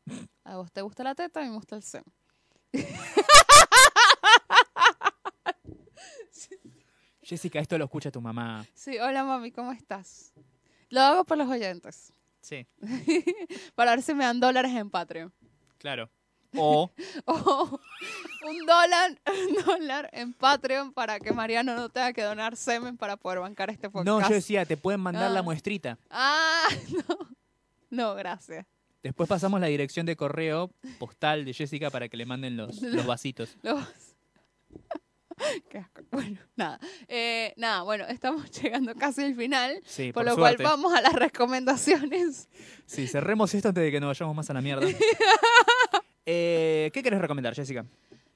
Speaker 1: A vos te gusta la teta, a mí me gusta el semen.
Speaker 2: Jessica, esto lo escucha tu mamá.
Speaker 1: Sí, hola mami, ¿cómo estás? Lo hago por los oyentes.
Speaker 2: Sí,
Speaker 1: Para ver si me dan dólares en Patreon.
Speaker 2: claro. O
Speaker 1: O un dólar, un dólar en Patreon para que Mariano no tenga que donar semen para poder bancar este podcast.
Speaker 2: no, yo decía, te pueden mandar la
Speaker 1: Ah.
Speaker 2: muestrita.
Speaker 1: Ah, no. No, gracias.
Speaker 2: Después pasamos la dirección de correo postal de Jessica para que le manden los, los vasitos.
Speaker 1: Los- Qué asco. Bueno, nada. Eh, nada, bueno, estamos llegando casi al final.
Speaker 2: Sí,
Speaker 1: Por,
Speaker 2: por,
Speaker 1: lo
Speaker 2: suerte.
Speaker 1: cual vamos a las recomendaciones.
Speaker 2: Sí, cerremos esto antes de que nos vayamos más a la mierda. Eh, ¿Qué querés recomendar, Jessica?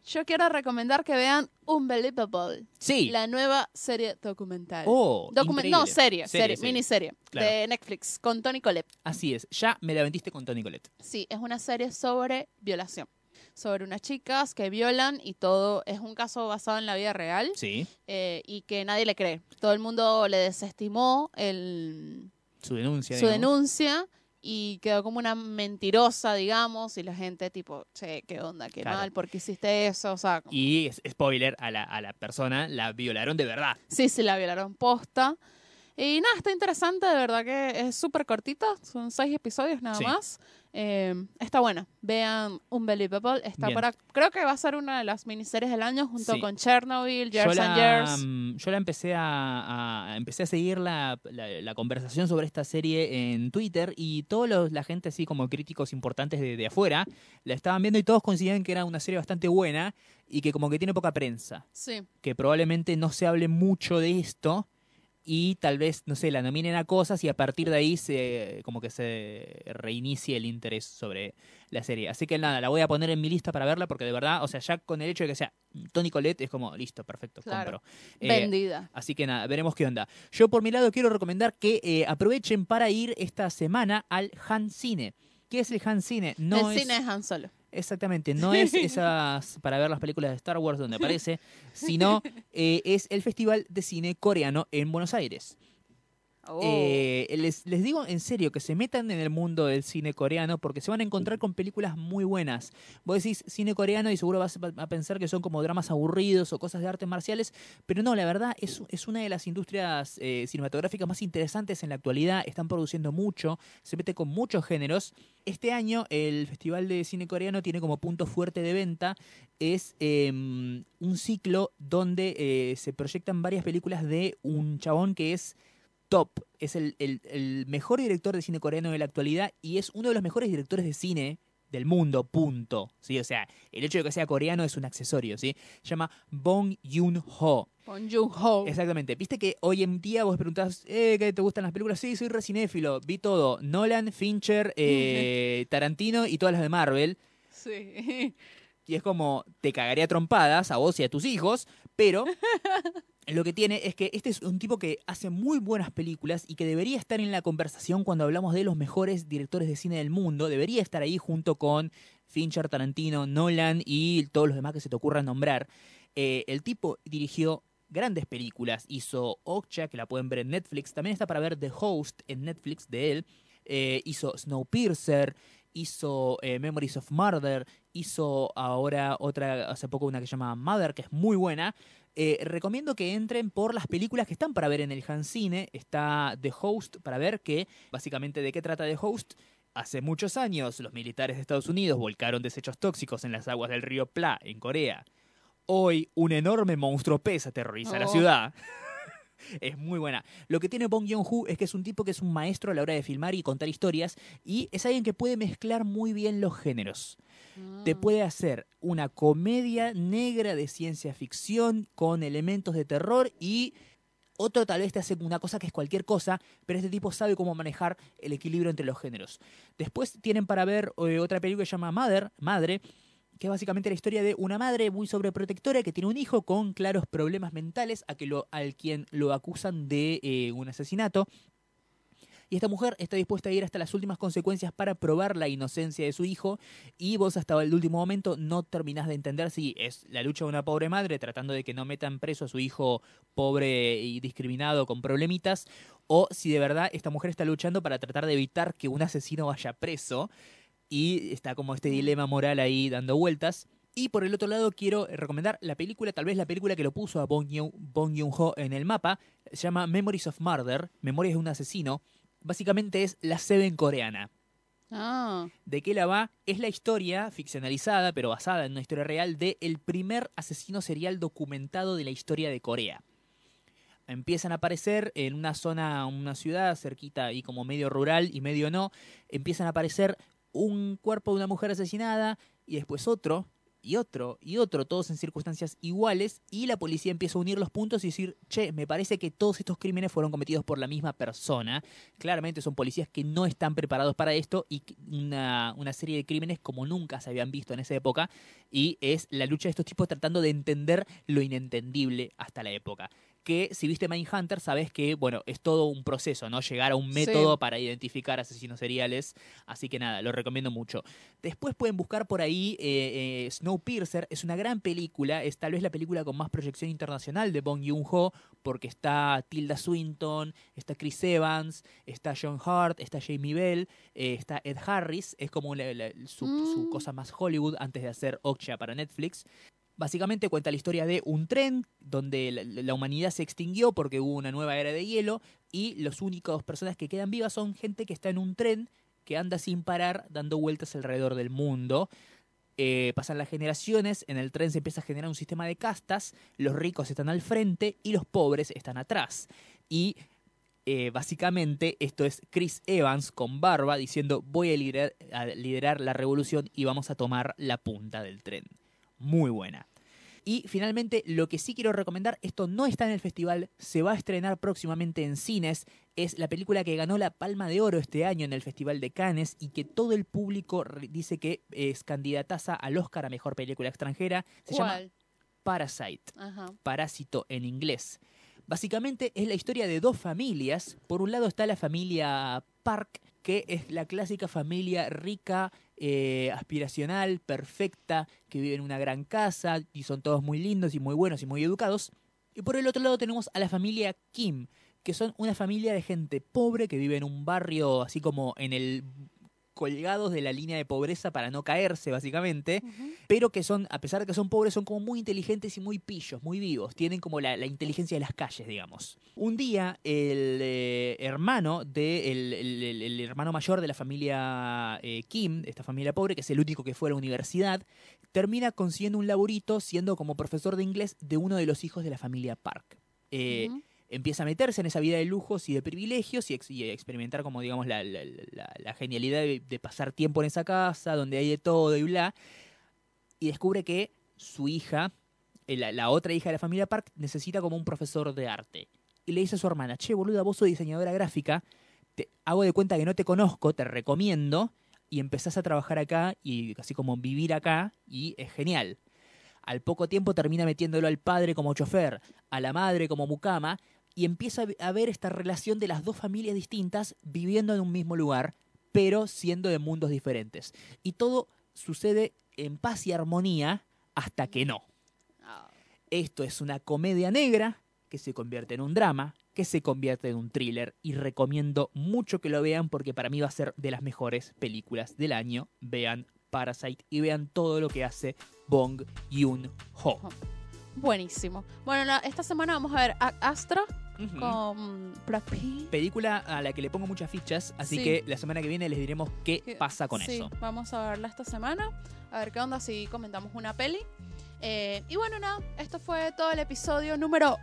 Speaker 1: Yo quiero recomendar que vean Unbelievable,
Speaker 2: Sí.
Speaker 1: la nueva serie documental.
Speaker 2: Oh,
Speaker 1: Documen-
Speaker 2: increíble.
Speaker 1: no, serie, serie, miniserie de
Speaker 2: Claro.
Speaker 1: Netflix con Tony Colette.
Speaker 2: Así es. Ya me la vendiste con Tony Colette.
Speaker 1: Sí, es una serie sobre violación. Sobre unas chicas que violan y todo es un caso basado en la vida real.
Speaker 2: Sí.
Speaker 1: eh, y que nadie le cree. Todo el mundo le desestimó el,
Speaker 2: Su denuncia.
Speaker 1: su
Speaker 2: digamos.
Speaker 1: denuncia y quedó como una mentirosa, digamos, y la gente tipo, che, qué onda, qué
Speaker 2: Claro.
Speaker 1: mal, porque hiciste eso? O sea, como-
Speaker 2: Y es- spoiler, a la, a la persona la violaron de verdad.
Speaker 1: sí, sí, la violaron posta. Y nada, está interesante, de verdad que es súper cortita, son seis episodios nada
Speaker 2: Sí.
Speaker 1: más. Eh, está buena, vean Unbelievable, está
Speaker 2: Bien.
Speaker 1: para, creo que va a ser una de las miniseries del año junto
Speaker 2: Sí.
Speaker 1: con Chernobyl,
Speaker 2: Yo
Speaker 1: Years
Speaker 2: la,
Speaker 1: and Years.
Speaker 2: mm, yo la empecé a, a- empecé a seguir la, la- la conversación sobre esta serie en Twitter y todos los, la gente así como críticos importantes de, de afuera la estaban viendo y todos coincidían que era una serie bastante buena y que como que tiene poca prensa,
Speaker 1: Sí,
Speaker 2: que probablemente no se hable mucho de esto y tal vez, no sé, la nominen a cosas y a partir de ahí se como que se reinicie el interés sobre la serie. Así que nada, la voy a poner en mi lista para verla porque de verdad, o sea, ya con el hecho de que sea Tony Colette es como, listo, perfecto,
Speaker 1: Claro.
Speaker 2: compro. Eh,
Speaker 1: vendida.
Speaker 2: Así que nada, veremos qué onda. Yo por mi lado quiero recomendar que eh, aprovechen para ir esta semana al Han Cine. ¿Qué es el Han Cine? No
Speaker 1: el
Speaker 2: es
Speaker 1: cine es Han Solo.
Speaker 2: exactamente, no es esas para ver las películas de Star Wars donde aparece, sino eh, es el Festival de Cine Coreano en Buenos Aires.
Speaker 1: Oh.
Speaker 2: Eh, les, les digo en serio que se metan en el mundo del cine coreano porque se van a encontrar con películas muy buenas. Vos decís cine coreano y seguro vas a pensar que son como dramas aburridos o cosas de artes marciales, pero no, la verdad es, es una de las industrias eh, cinematográficas más interesantes en la actualidad. Están produciendo mucho, se mete con muchos géneros. Este año el Festival de Cine Coreano tiene como punto fuerte de venta es eh, un ciclo donde eh, se proyectan varias películas de un chabón que es top. Es el, el- el mejor director de cine coreano de la actualidad y es uno de los mejores directores de cine del mundo, punto. ¿Sí? O sea, el hecho de que sea coreano es un accesorio, ¿sí? Se llama Bong Joon-ho.
Speaker 1: Con Jung Ho.
Speaker 2: Exactamente. Viste que hoy en día vos preguntás, eh, ¿qué te gustan las películas? Sí, soy recinéfilo. Vi todo. Nolan, Fincher, eh, Tarantino y todas las de Marvel.
Speaker 1: Sí.
Speaker 2: Y es como, te cagaría a trompadas a vos y a tus hijos, pero lo que tiene es que este es un tipo que hace muy buenas películas y que debería estar en la conversación cuando hablamos de los mejores directores de cine del mundo. Debería estar ahí junto con Fincher, Tarantino, Nolan y todos los demás que se te ocurran nombrar. Eh, el tipo dirigió grandes películas. Hizo Okja, que la pueden ver en Netflix. También está para ver The Host en Netflix de él. Eh, hizo Snowpiercer. Hizo eh, Memories of Murder. Hizo ahora otra, hace poco una que se llama Mother, que es muy buena. Eh, recomiendo que entren por las películas que están para ver en el Hancine. Está The Host para ver que, básicamente, ¿de qué trata The Host? Hace muchos años, los militares de Estados Unidos volcaron desechos tóxicos en las aguas del río Pla, en Corea. Hoy, un enorme monstruo pez aterroriza la
Speaker 1: Oh.
Speaker 2: ciudad. es muy buena. Lo que tiene Bong Joon-ho es que es un tipo que es un maestro a la hora de filmar y contar historias y es alguien que puede mezclar muy bien los géneros te
Speaker 1: Mm.
Speaker 2: puede hacer una comedia negra de ciencia ficción con elementos de terror y otro tal vez te hace una cosa que es cualquier cosa, pero este tipo sabe cómo manejar el equilibrio entre los géneros. Después tienen para ver eh, otra película que se llama Mother, Madre, que es básicamente la historia de una madre muy sobreprotectora que tiene un hijo con claros problemas mentales a que lo, al quien lo acusan de eh, un asesinato. Y esta mujer está dispuesta a ir hasta las últimas consecuencias para probar la inocencia de su hijo y vos hasta el último momento no terminás de entender si es la lucha de una pobre madre tratando de que no metan preso a su hijo pobre y discriminado con problemitas o si de verdad esta mujer está luchando para tratar de evitar que un asesino vaya preso y está como este dilema moral ahí dando vueltas. Y por el otro lado quiero recomendar la película, tal vez la película que lo puso a Bong Joon- Bong Joon-ho en el mapa, se llama Memories of Murder, Memorias de un asesino. Básicamente es la Seven coreana.
Speaker 1: Ah,
Speaker 2: ¿De qué la va? Es la historia ficcionalizada, pero basada en una historia real, de el primer asesino serial documentado de la historia de Corea. Empiezan a aparecer en una zona, una ciudad cerquita y como medio rural y medio no, empiezan a aparecer un cuerpo de una mujer asesinada y después otro y otro y otro, todos en circunstancias iguales y la policía empieza a unir los puntos y decir, che, me parece que todos estos crímenes fueron cometidos por la misma persona claramente son policías que no están preparados para esto y que- una, una serie de crímenes como nunca se habían visto en esa época y es la lucha de estos tipos tratando de entender lo inentendible hasta la época. Que si viste Mindhunter sabes que, bueno, es todo un proceso, ¿no? Llegar a un
Speaker 1: Sí.
Speaker 2: método para identificar asesinos seriales. Así que nada, lo recomiendo mucho. Después pueden buscar por ahí eh, eh, Snowpiercer. Es una gran película. Es tal vez la película con más proyección internacional de Bong Joon-ho porque está Tilda Swinton, está Chris Evans, está John Hart, está Jamie Bell, eh, está Ed Harris, es como la- la- su, su
Speaker 1: Mm.
Speaker 2: cosa más Hollywood antes de hacer Okja para Netflix. Básicamente cuenta la historia de un tren donde la, la humanidad se extinguió porque hubo una nueva era de hielo y los únicos personas que quedan vivas son gente que está en un tren que anda sin parar dando vueltas alrededor del mundo. Eh, pasan las generaciones, en el tren se empieza a generar un sistema de castas, los ricos están al frente y los pobres están atrás. Y eh, básicamente esto es Chris Evans con barba diciendo voy a liderar, a liderar, la revolución y vamos a tomar la punta del tren. Muy buena. Y finalmente lo que sí quiero recomendar, esto no está en el festival, se va a estrenar próximamente en cines, es la película que ganó la Palma de Oro este año en el Festival de Cannes y que todo el público dice que es candidataza al Oscar a Mejor Película Extranjera. Se
Speaker 1: ¿Cuál?
Speaker 2: llama Parasite, Ajá. Parásito en inglés. Básicamente es la historia de dos familias. Por un lado está la familia Park, que es la clásica familia rica, eh, aspiracional, perfecta, que vive en una gran casa y son todos muy lindos y muy buenos y muy educados. Y por el otro lado tenemos a la familia Kim, que son una familia de gente pobre que vive en un barrio así como en el colgados de la línea de pobreza para no caerse, básicamente, uh -huh. pero que son, a pesar de que son pobres, son como muy inteligentes y muy pillos, muy vivos, tienen como la, la inteligencia de las calles, digamos. Un día, el eh, hermano de el, el, el, el, hermano mayor de la familia eh, Kim, esta familia pobre, que es el único que fue a la universidad, termina consiguiendo un laborito siendo como profesor de inglés de uno de los hijos de la familia Park. Eh, uh -huh empieza a meterse en esa vida de lujos y de privilegios y, ex y experimentar como digamos la, la, la, la genialidad de, de, pasar tiempo en esa casa donde hay de todo y bla y descubre que su hija eh, la, otra hija de la familia Park necesita como un profesor de arte y le dice a su hermana che boluda vos soy diseñadora gráfica te hago de cuenta que no te conozco te recomiendo y empezás a trabajar acá y así como vivir acá y es genial al poco tiempo termina metiéndolo al padre como chofer, a la madre como mucama, y empieza a ver esta relación de las dos familias distintas viviendo en un mismo lugar, pero siendo de mundos diferentes. Y todo sucede en paz y armonía hasta que no.
Speaker 1: ah.
Speaker 2: Esto es una comedia negra que se convierte en un drama, que se convierte en un thriller, y recomiendo mucho que lo vean porque para mí va a ser de las mejores películas del año. Vean Parasite y vean todo lo que hace Bong Joon-ho.
Speaker 1: Buenísimo. Bueno, no, esta semana vamos a ver a Astra uh -huh. con Brad Pitt.
Speaker 2: Película a la que le pongo muchas fichas, así sí. que la semana que viene les diremos qué, ¿Qué? pasa con
Speaker 1: sí.
Speaker 2: eso.
Speaker 1: Vamos a verla esta semana, a ver qué onda si comentamos una peli. Eh, y bueno, nada, no, esto fue todo el episodio número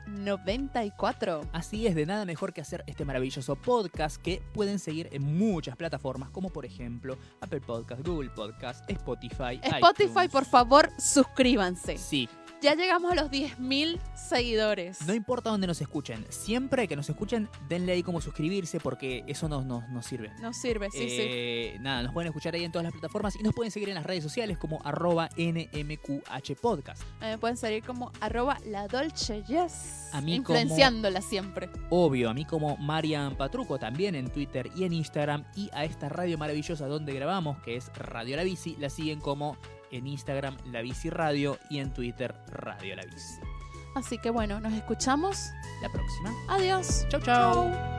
Speaker 1: 94.
Speaker 2: Así es, de nada mejor que hacer este maravilloso podcast que pueden seguir en muchas plataformas, como por ejemplo Apple Podcast, Google Podcast, Spotify.
Speaker 1: Spotify,
Speaker 2: iTunes.
Speaker 1: por favor, suscríbanse.
Speaker 2: Sí,
Speaker 1: ya llegamos a los 10.000 seguidores.
Speaker 2: No importa dónde nos escuchen, siempre que nos escuchen, denle ahí como suscribirse porque eso nos, nos, nos sirve.
Speaker 1: Nos sirve, sí,
Speaker 2: eh,
Speaker 1: sí.
Speaker 2: Nada, nos pueden escuchar ahí en todas las plataformas y nos pueden seguir en las redes sociales como arroba nmqhpodcast.
Speaker 1: Me eh, pueden seguir como arroba la dolce yes. A mí influenciándola
Speaker 2: como,
Speaker 1: siempre.
Speaker 2: Obvio, a mí como Marian Patruco también en Twitter y en Instagram y a esta radio maravillosa donde grabamos, que es Radio La Bici, la siguen como en Instagram La Bici Radio y en Twitter Radio La Bici.
Speaker 1: Así que bueno, nos escuchamos
Speaker 2: la próxima.
Speaker 1: Adiós.
Speaker 2: Chau, chau. chau.